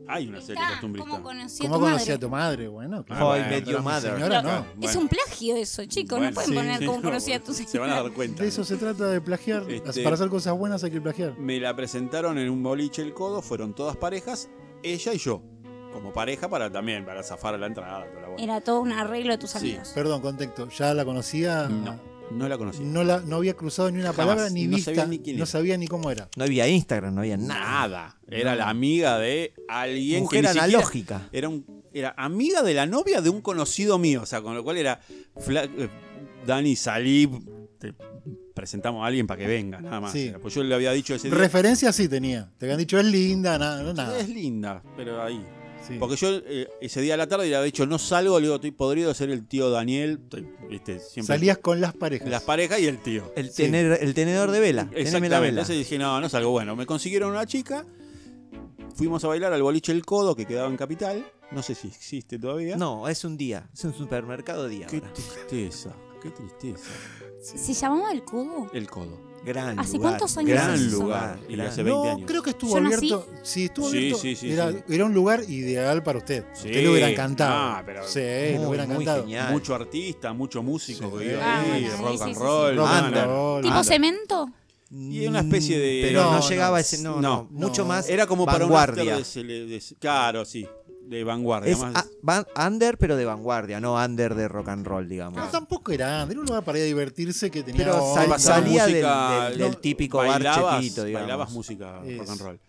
B: Hay una serie
D: está,
B: costumbrista.
D: ¿Cómo conocí a
A: ¿Cómo
D: tu
A: conocí
D: madre?
A: a tu madre? Bueno,
B: Ah, bueno,
A: pero
C: met your
A: a mi
C: mother.
A: Señora,
D: Pero-
A: no.
B: Bueno,
D: Es un plagio eso, chicos.
B: bueno,
D: no pueden
A: sí,
D: poner
B: sí,
D: cómo
B: no,
D: conocí a tu
B: Se van a dar
D: señora.
B: cuenta.
A: De eso se trata de plagiar.
B: Este-
A: Para hacer cosas buenas hay que plagiar.
B: Me la presentaron en un boliche El Codo, fueron todas parejas, ella y yo. Como pareja para también, para zafar a la entrada. toda la bola.
D: Era todo un arreglo de tus
B: Sí.
D: amigos.
A: Perdón, contexto. ¿Ya la conocía?
B: No, no la conocí.
A: No, la, no había cruzado ni una
B: Jamás.
A: palabra ni
B: No
A: vista.
B: sabía ni quién
A: no
B: era.
A: sabía ni cómo era.
C: No había Instagram, no había nada.
B: Nada. Era la amiga de alguien
C: Mujer
B: que ni siquiera-
C: analógica.
B: era un era amiga de la novia de un conocido mío, o sea, con lo cual era fla- eh, Dani salí te presentamos a alguien para que venga, nada más.
A: Sí.
B: Era, Pues yo le había dicho ese día,
A: Referencia sí tenía. Te habían dicho, es linda, nada, no nada.
B: es linda, pero ahí.
A: Sí.
B: Porque yo eh, ese día a la tarde le había dicho, "No salgo", le digo, "Estoy podrido de ser el tío Daniel", estoy, viste, siempre
A: Salías con las parejas.
B: las parejas y el tío.
C: El,
A: Sí.
C: tener, el tenedor de vela. Teneme la
B: Exactamente.
C: vela.
B: Entonces dije, no, no salgo. Bueno, me consiguieron una chica. Fuimos a bailar al boliche El Codo, que quedaba en Capital. No sé si existe todavía.
C: No, es un día. Es un supermercado día.
B: Qué
C: ahora.
B: tristeza, qué tristeza.
D: ¿Se llamaba el codo?
B: El Codo.
C: Gran
D: ¿Hace
C: lugar.
D: cuántos años
B: Gran
D: es eso?
B: lugar. Y
C: gran-
B: hace 20
A: no,
B: años.
A: creo que estuvo
D: Yo nací.
A: abierto. Sí, estuvo
B: Sí,
A: abierto.
B: sí, sí,
A: era,
B: sí.
A: era un lugar ideal para usted.
B: Sí.
A: Usted le hubiera encantado.
B: Ah, pero-
A: sí,
C: Muy,
A: le hubiera
C: muy
A: encantado.
C: genial.
B: Mucho artista, mucho músico
A: Sí.
B: que iba
D: Ah,
B: ahí,
D: bueno,
B: rock
D: sí,
B: and
D: sí,
B: roll,
A: Rock and
B: banda.
A: roll.
D: ¿Tipo
A: banda.
D: cemento?
B: Y una especie de-
C: Mm, Pero no,
A: No,
C: llegaba
A: no,
C: a ese. No, no,
B: no,
C: mucho
A: no.
C: más.
B: Era como para un
C: vanguardia.
B: after de cele- de ce- claro, sí, de vanguardia.
C: Es
B: más-
C: a- van- under, pero de vanguardia, no under de rock and roll, digamos.
A: Pero tampoco era, era un lugar para ir a divertirse que tenía.
C: Pero sal-
A: onda.
B: pasaba
C: salía del,
B: música,
C: del- del
B: no,
C: típico bar
B: bailabas,
C: chetito, digamos.
B: bailabas música
A: Es.
B: rock and roll.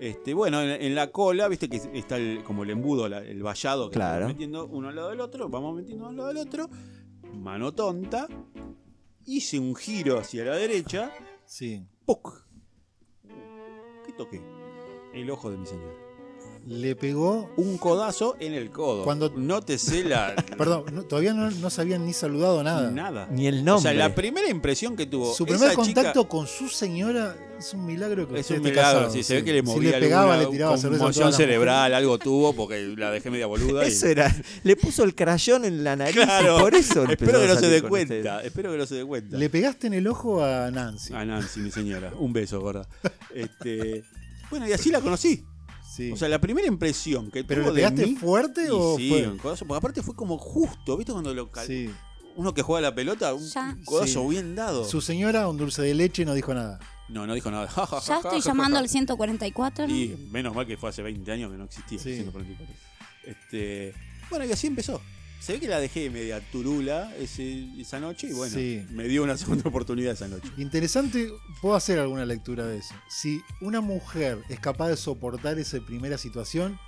B: Este, bueno, en, en la cola, viste que está el- como el embudo, la- el vallado que
C: Claro.
B: vamos metiendo uno al lado del otro, vamos metiendo uno al lado del otro, mano tonta, hice un giro hacia la derecha,
A: Sí.
B: ¡puc! ¿Qué toqué? El ojo de mi señora.
A: Le pegó.
B: Un codazo en el codo.
A: Cuando-
B: No te sé la.
A: Perdón, no- todavía no, no se habían ni saludado nada.
B: Nada.
C: Ni el
B: o
C: nombre.
B: sea, la primera impresión que tuvo.
A: Su primer
B: esa
A: contacto
B: chica-
A: con su señora es un milagro que
B: Es
A: usted
B: un
A: esté
B: milagro,
A: casado,
B: sí, se
A: sí.
B: ve que le
A: Si
B: movía
A: le pegaba, le tiraba
B: alguna
A: cerveza. a todas
B: conmoción
A: las
B: cerebral, algo tuvo porque la dejé media boluda. y-
C: Eso era. Le puso el crayón en la nariz
B: Claro.
C: y por eso empezó
B: Espero que
C: a
B: no se
C: salir
B: dé
C: con este-
B: cuenta,
C: ustedes.
B: espero que no se dé cuenta.
A: mujeres. este Le pegaste en el ojo a Nancy.
B: A Nancy, mi señora, un beso, gorda. Este, bueno, y así la conocí.
A: Sí.
B: O sea, la primera impresión que
A: ¿Pero
B: tuvo
A: le pegaste
B: de mí,
A: fuerte
B: y
A: o
B: sí,
A: fue?
B: un codazo, porque aparte fue como justo, ¿viste cuando lo cal-
A: Sí.
B: uno que juega a la pelota, un
D: Ya.
B: codazo
A: Sí.
B: bien dado?
A: Su señora, un dulce de leche, no dijo nada.
B: No, no dijo nada. Ja, ja, ja,
D: Ya estoy
B: ja, ja,
D: llamando
B: ja.
D: al 144. ¿no?
B: Y menos mal que fue hace 20 años que no existía.
A: Sí.
B: 144. Este, bueno, y así empezó. Se ve que la dejé media turula ese- esa noche y bueno,
A: Sí.
B: me dio una segunda oportunidad esa noche.
A: Interesante, puedo hacer alguna lectura de eso. Si una mujer es capaz de soportar esa primera situación,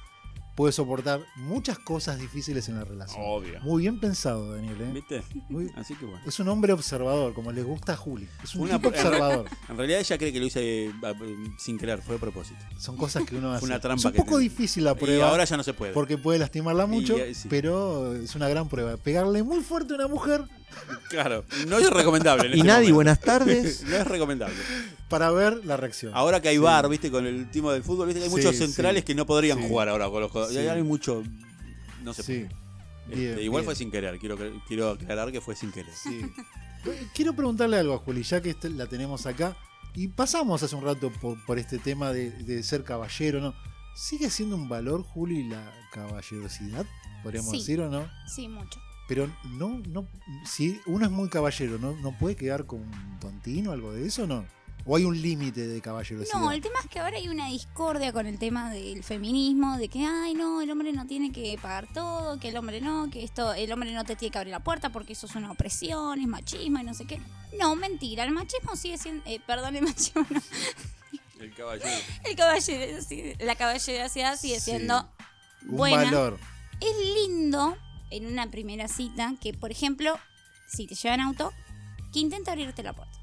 A: puede soportar muchas cosas difíciles en la relación.
B: Obvio.
A: Muy bien pensado, Daniel. ¿eh?
B: ¿Viste?
A: Muy-
B: Así que bueno.
A: es un hombre observador, como les gusta a Juli. Es un
B: Una-
A: tipo observador.
B: En realidad ella cree que lo hice eh, a- sin querer, fue a propósito.
A: Son cosas que uno hace.
B: una trampa
A: es un
B: que
A: poco
B: te-
A: difícil la
B: Y
A: prueba.
B: ahora ya no se puede.
A: Porque puede lastimarla mucho,
B: eh, sí.
A: pero es una gran prueba. Pegarle muy fuerte a una mujer
B: Claro, no es recomendable. en
C: Y
B: este
C: nadie,
B: momento.
C: buenas tardes.
B: No es recomendable.
A: para ver la reacción.
B: Ahora que hay bar, viste, con el timo del fútbol, viste que hay
A: Sí,
B: muchos
A: sí.
B: centrales que no podrían
A: Sí.
B: jugar ahora con los codos.
A: Sí.
B: Hay mucho. No se
A: sí.
B: puede. Este,
A: Bien,
B: igual
A: bien.
B: fue sin querer, quiero, cre- quiero aclarar que fue sin querer.
A: Sí. Eh, Quiero preguntarle algo a Juli, ya que este- la tenemos acá. Y pasamos hace un rato por, por este tema de, de ser caballero, ¿no? ¿Sigue siendo un valor, Juli, la caballerosidad? Podríamos
D: Sí.
A: decir o no.
D: Sí, mucho.
A: Pero no, no, si uno es muy caballero, ¿no, no puede quedar con un tontino o algo de eso, ¿no? ¿O hay un límite de
B: pues
A: caballerosidad?
D: No, el tema es que ahora hay una discordia con el tema del feminismo, de que, ay, no, el hombre no tiene que pagar todo, que el hombre no, que esto, el hombre no te tiene que abrir la puerta porque eso es una opresión, es machismo y no sé qué. No, mentira, el machismo sigue siendo, eh, perdón, el machismo no,
B: El caballero.
D: el caballero, sí, la caballerosidad sigue
A: Sí.
D: siendo
A: un
D: buena.
A: valor.
D: Es lindo en una primera cita que, por ejemplo, si te llevan auto, que intenta abrirte la puerta.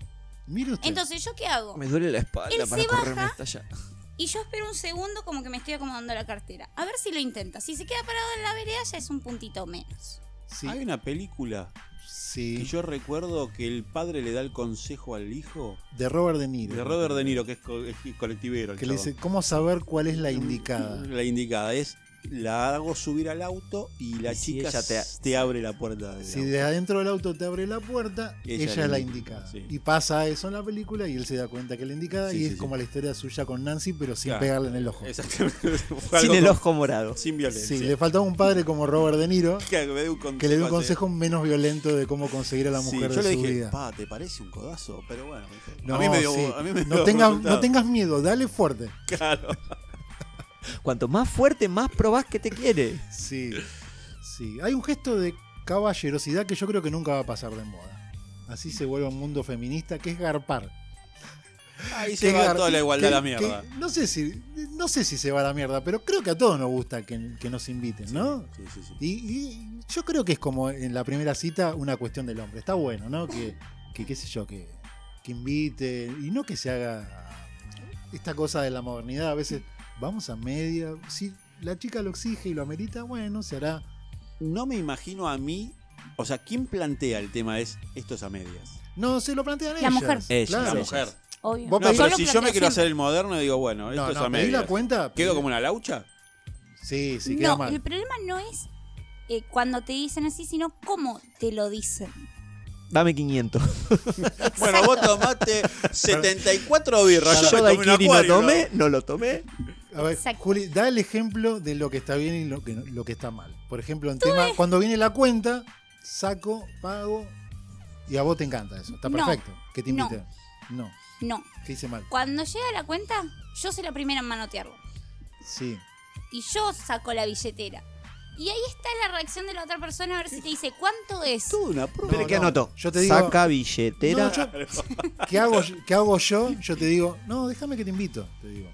A: Mire usted.
D: Entonces, ¿yo qué hago?
C: Me duele la espalda
D: Él
C: para
D: se
C: correrme
D: baja.
C: hasta allá.
D: Y yo espero un segundo como que me estoy acomodando la cartera. A ver si lo intenta. Si se queda parado en la vereda ya es un puntito menos.
A: sí,
B: Hay una película
A: sí.
B: que yo recuerdo que el padre le da el consejo al hijo
A: De Robert De Niro.
B: de Robert De Niro, que es, co- es colectivero. el
A: Que le
B: chabón. Mm,
A: dice, ¿cómo saber cuál es la indicada?
B: La indicada es la hago subir al auto y la
C: Y si
B: chica
C: ella te-
B: s- te, abre la puerta. del
A: Si
B: auto.
A: desde adentro del auto te abre la puerta,
B: Ella
A: ella,
B: es la
A: es la
B: indicada,
A: indicada.
B: sí.
A: Y pasa eso en la película y él se da cuenta que es la indicada
B: Sí,
A: y
B: sí,
A: es
B: sí.
A: como la historia suya con Nancy, pero sin
B: Claro.
A: pegarle en el ojo.
B: Exactamente. Fue algo
C: Sin el
B: como-
C: ojo morado.
B: Sin
A: Sí,
B: violencia.
A: le faltaba un padre como Robert De Niro
B: Que me dé un consejo.
A: que le dio un
B: así.
A: consejo menos violento de cómo conseguir a la
B: Sí,
A: mujer
B: yo
A: de
B: le
A: su
B: dije,
A: vida.
B: pa, te parece un codazo, pero bueno. me dijo,
A: No,
B: a mí me dio,
A: sí.
B: a mí me
A: no,
B: dio
A: tengas,
B: resultado".
A: no tengas miedo, dale fuerte.
B: Claro.
C: Cuanto más fuerte, más probás que te quiere.
A: Sí, sí. Hay un gesto de caballerosidad que yo creo que nunca va a pasar de moda. Así se vuelve un mundo feminista, que es garpar.
B: Ahí
A: Que
B: se va
A: gar-
B: toda la igualdad
A: que-
B: a la mierda.
A: que- no, sé si, no sé si se va a la mierda, pero creo que a todos nos gusta que, que nos inviten, ¿no?
B: Sí, sí, sí.
A: Y, y yo creo que es como en la primera cita una cuestión del hombre. Está bueno, ¿no? Que, que qué sé yo, que, que invite y no que se haga esta cosa de la modernidad. A veces vamos a media. Si la chica lo exige y lo amerita, bueno, se hará.
B: No me imagino a mí. O sea, ¿quién plantea el tema es esto es a medias?
A: No, se lo plantean
D: La
A: ellas.
D: mujer.
C: Ellas,
A: claro.
B: La
C: ellas.
B: mujer.
D: Obvio.
A: Vos
B: No,
A: Yo
B: pero
A: lo
B: si yo me quiero hacer el moderno, digo, bueno, esto
A: No,
B: es a
A: no, pedí
B: medias.
A: la cuenta.
B: ¿Quedo
A: pedí-
B: como una laucha?
A: Sí, sí, queda
D: no,
A: mal.
D: el problema no es eh, cuando te dicen así, sino cómo te lo dicen.
C: Dame 500.
B: Bueno, vos tomaste 74 birras.
C: yo
B: Yo me tomé
C: daiquiri
B: una
C: no tomé, no lo tomé.
A: A ver,
D: Exacto.
A: Juli, da el ejemplo de lo que está bien y lo que, no- lo que está mal. Por ejemplo, en tema, cuando viene la cuenta, saco, pago, y a vos te encanta eso. Está
D: No,
A: perfecto. que te
D: no.
A: inviten. No.
D: No.
A: que hice mal.
D: Cuando llega la cuenta, yo soy la primera en manotearlo.
A: Sí.
D: Y yo saco la billetera. Y ahí está la reacción de la otra persona a ver si te dice cuánto es.
B: una
A: Pero
C: ¿Qué
A: no,
C: anoto?
A: yo te digo-
C: Saca billetera.
A: No, yo- ¿qué, hago, yo- ¿Qué hago yo? Yo te digo, no, déjame que te invito. Te digo.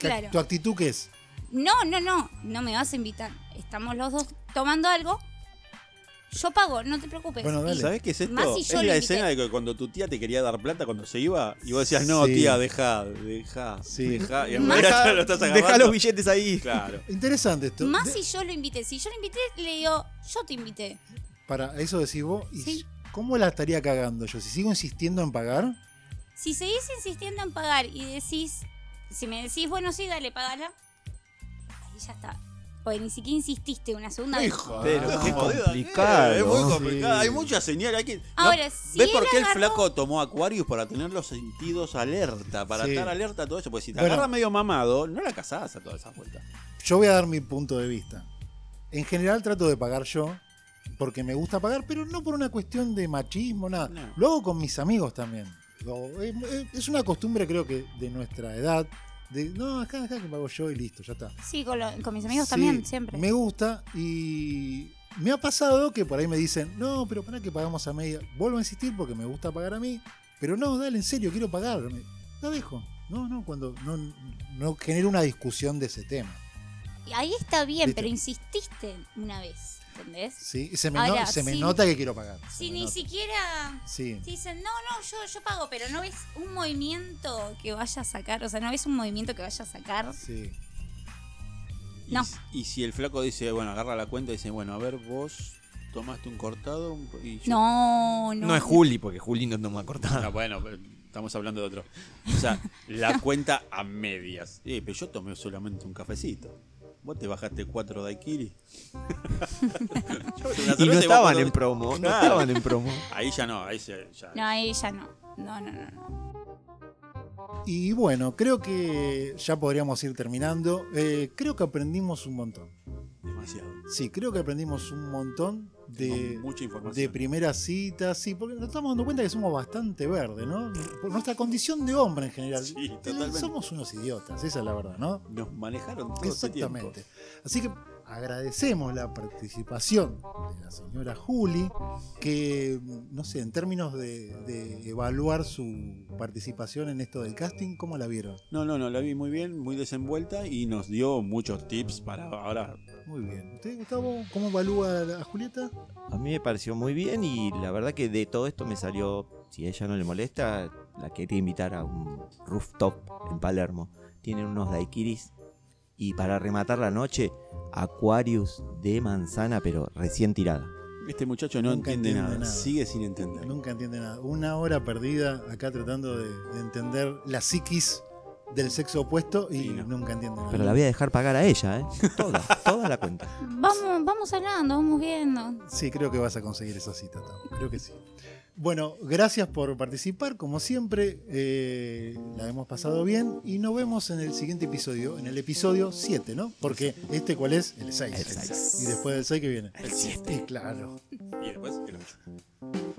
A: ¿Qué-
D: Claro.
A: ¿Tu actitud qué es?
D: No, no, no, no me vas a invitar. Estamos los dos tomando algo. Yo pago, no te preocupes.
A: Bueno, dale.
D: Y-
B: ¿Sabés qué es
D: Más
B: esto?
D: si
B: es
D: yo
B: la
D: lo invité.
B: escena de que cuando tu tía te quería dar plata cuando se iba y vos decías, no,
A: Sí.
B: tía, deja, deja,
A: Sí.
B: deja. Y en
D: Más-
B: realidad
C: Deja,
B: lo estás
C: deja
B: agarrando.
C: los billetes ahí.
B: Claro.
A: Interesante esto.
D: Más
A: De-
D: si yo lo invité. Si yo lo invité, le digo, yo te invité.
A: Para eso decís vos, ¿y
D: Sí.
A: cómo la estaría cagando yo? Si sigo insistiendo en pagar,
D: Si seguís insistiendo en pagar y decís, si me decís, bueno, sí, dale, pagala, ahí ya está. Porque ni siquiera insististe una segunda vez.
C: Pero
A: Ah,
B: qué
A: no.
B: jodida que es,
C: complicado.
B: Es muy complicado.
A: Sí.
B: Hay muchas señales. Hay que,
D: Ahora, si
B: ¿Ves
D: él
B: por qué el
D: agarró-
B: flaco tomó Aquarius para tener los sentidos alerta? Para
A: Sí.
B: estar alerta a todo eso. Porque si te
A: Bueno.
B: agarra medio mamado, no la casás a todas esas vueltas.
A: yo voy a dar mi punto de vista. En general trato de pagar yo, porque me gusta pagar, pero no por una cuestión de machismo, nada.
B: No.
A: Lo hago con mis amigos también. Lo- es- Es una costumbre, creo que, de nuestra edad. De, no, acá, acá que pago yo y listo, ya está.
D: Sí, con, lo- con mis amigos
A: Sí,
D: también, siempre.
A: Me gusta y me ha pasado que por ahí me dicen, no, pero para que pagamos a media. Vuelvo a insistir porque me gusta pagar a mí, pero no, dale, en serio, quiero pagar. Me- Lo dejo. No, no, cuando no, no genero una discusión de ese tema.
D: Y Ahí está bien,
A: ¿Viste?
D: pero insististe una vez, ¿entendés?
A: ¿sí? Y Se, me, no-
D: Ahora,
A: se me
D: sí.
A: nota que quiero pagar. se
D: Si
A: me
D: ni
A: nota.
D: siquiera
A: Sí.
D: Te dicen, no, no, yo, yo pago, pero no ves un movimiento que vaya a sacar, o sea, no ves un movimiento que vaya a sacar.
A: sí.
B: Y,
D: No.
B: s- y si el flaco dice, bueno, agarra la cuenta y dice, bueno, a ver, vos tomaste un cortado un po- y yo-
D: No, no.
C: No es Juli, porque Juli no toma
B: Ah,
C: cortada.
B: bueno, pero estamos hablando de otro. O sea, la cuenta a medias. Eh, pero yo tomé solamente un cafecito. Vos te bajaste cuatro daiquiri. Yo tomé una cerveza
C: Y no
B: vos
C: estaban
B: cuatro-
C: en promo. No
B: Claro.
C: estaban en promo.
B: Ahí ya no, ahí se- ya.
D: No, ella no. No, no, no. no.
A: Y bueno, creo que ya podríamos ir terminando. Eh, creo que aprendimos un montón.
B: Demasiado.
A: Sí, creo que aprendimos un montón de,
B: Con mucha información.
A: de primera cita, sí, porque nos estamos dando cuenta que somos bastante verdes, ¿no? Por nuestra condición de hombre en general.
B: Sí, totalmente.
A: Somos unos idiotas, esa es la verdad, ¿no?
B: Nos manejaron todo este tiempo.
A: Exactamente. Así que agradecemos la participación de la señora Juli, que, no sé, en términos de, de evaluar su participación en esto del casting, ¿cómo la vieron?
B: No, no, no, la vi muy bien, muy desenvuelta y nos dio muchos tips para ahora.
A: Muy bien. ¿Usted, Gustavo, cómo evalúa a Julieta?
C: A mí me pareció muy bien y la verdad que de todo esto me salió, si a ella no le molesta, la quería invitar a un rooftop en Palermo. Tienen unos daiquiris y para rematar la noche, Aquarius de manzana pero recién tirada.
B: Este muchacho no
A: Nunca
B: entiende
A: entiende
B: nada,
A: nada.
B: sigue sin entender.
A: Nunca entiende nada. Una hora perdida acá tratando de, de entender la psiquis del sexo opuesto y
B: Y no.
A: nunca entiende nada.
C: Pero la voy a dejar pagar a ella, ¿eh? Toda, toda la cuenta.
D: Vamos, vamos hablando, vamos viendo.
A: Sí, creo que vas a conseguir esa cita, Tavo. Creo que sí. Bueno, gracias por participar, como siempre. eh, la hemos pasado bien y nos vemos en el siguiente episodio, en el episodio 7, ¿no? Porque este, ¿cuál es? El 6.
C: El seis.
A: Y después del 6 que viene.
B: El siete.
A: Y claro.
B: Y después el ocho.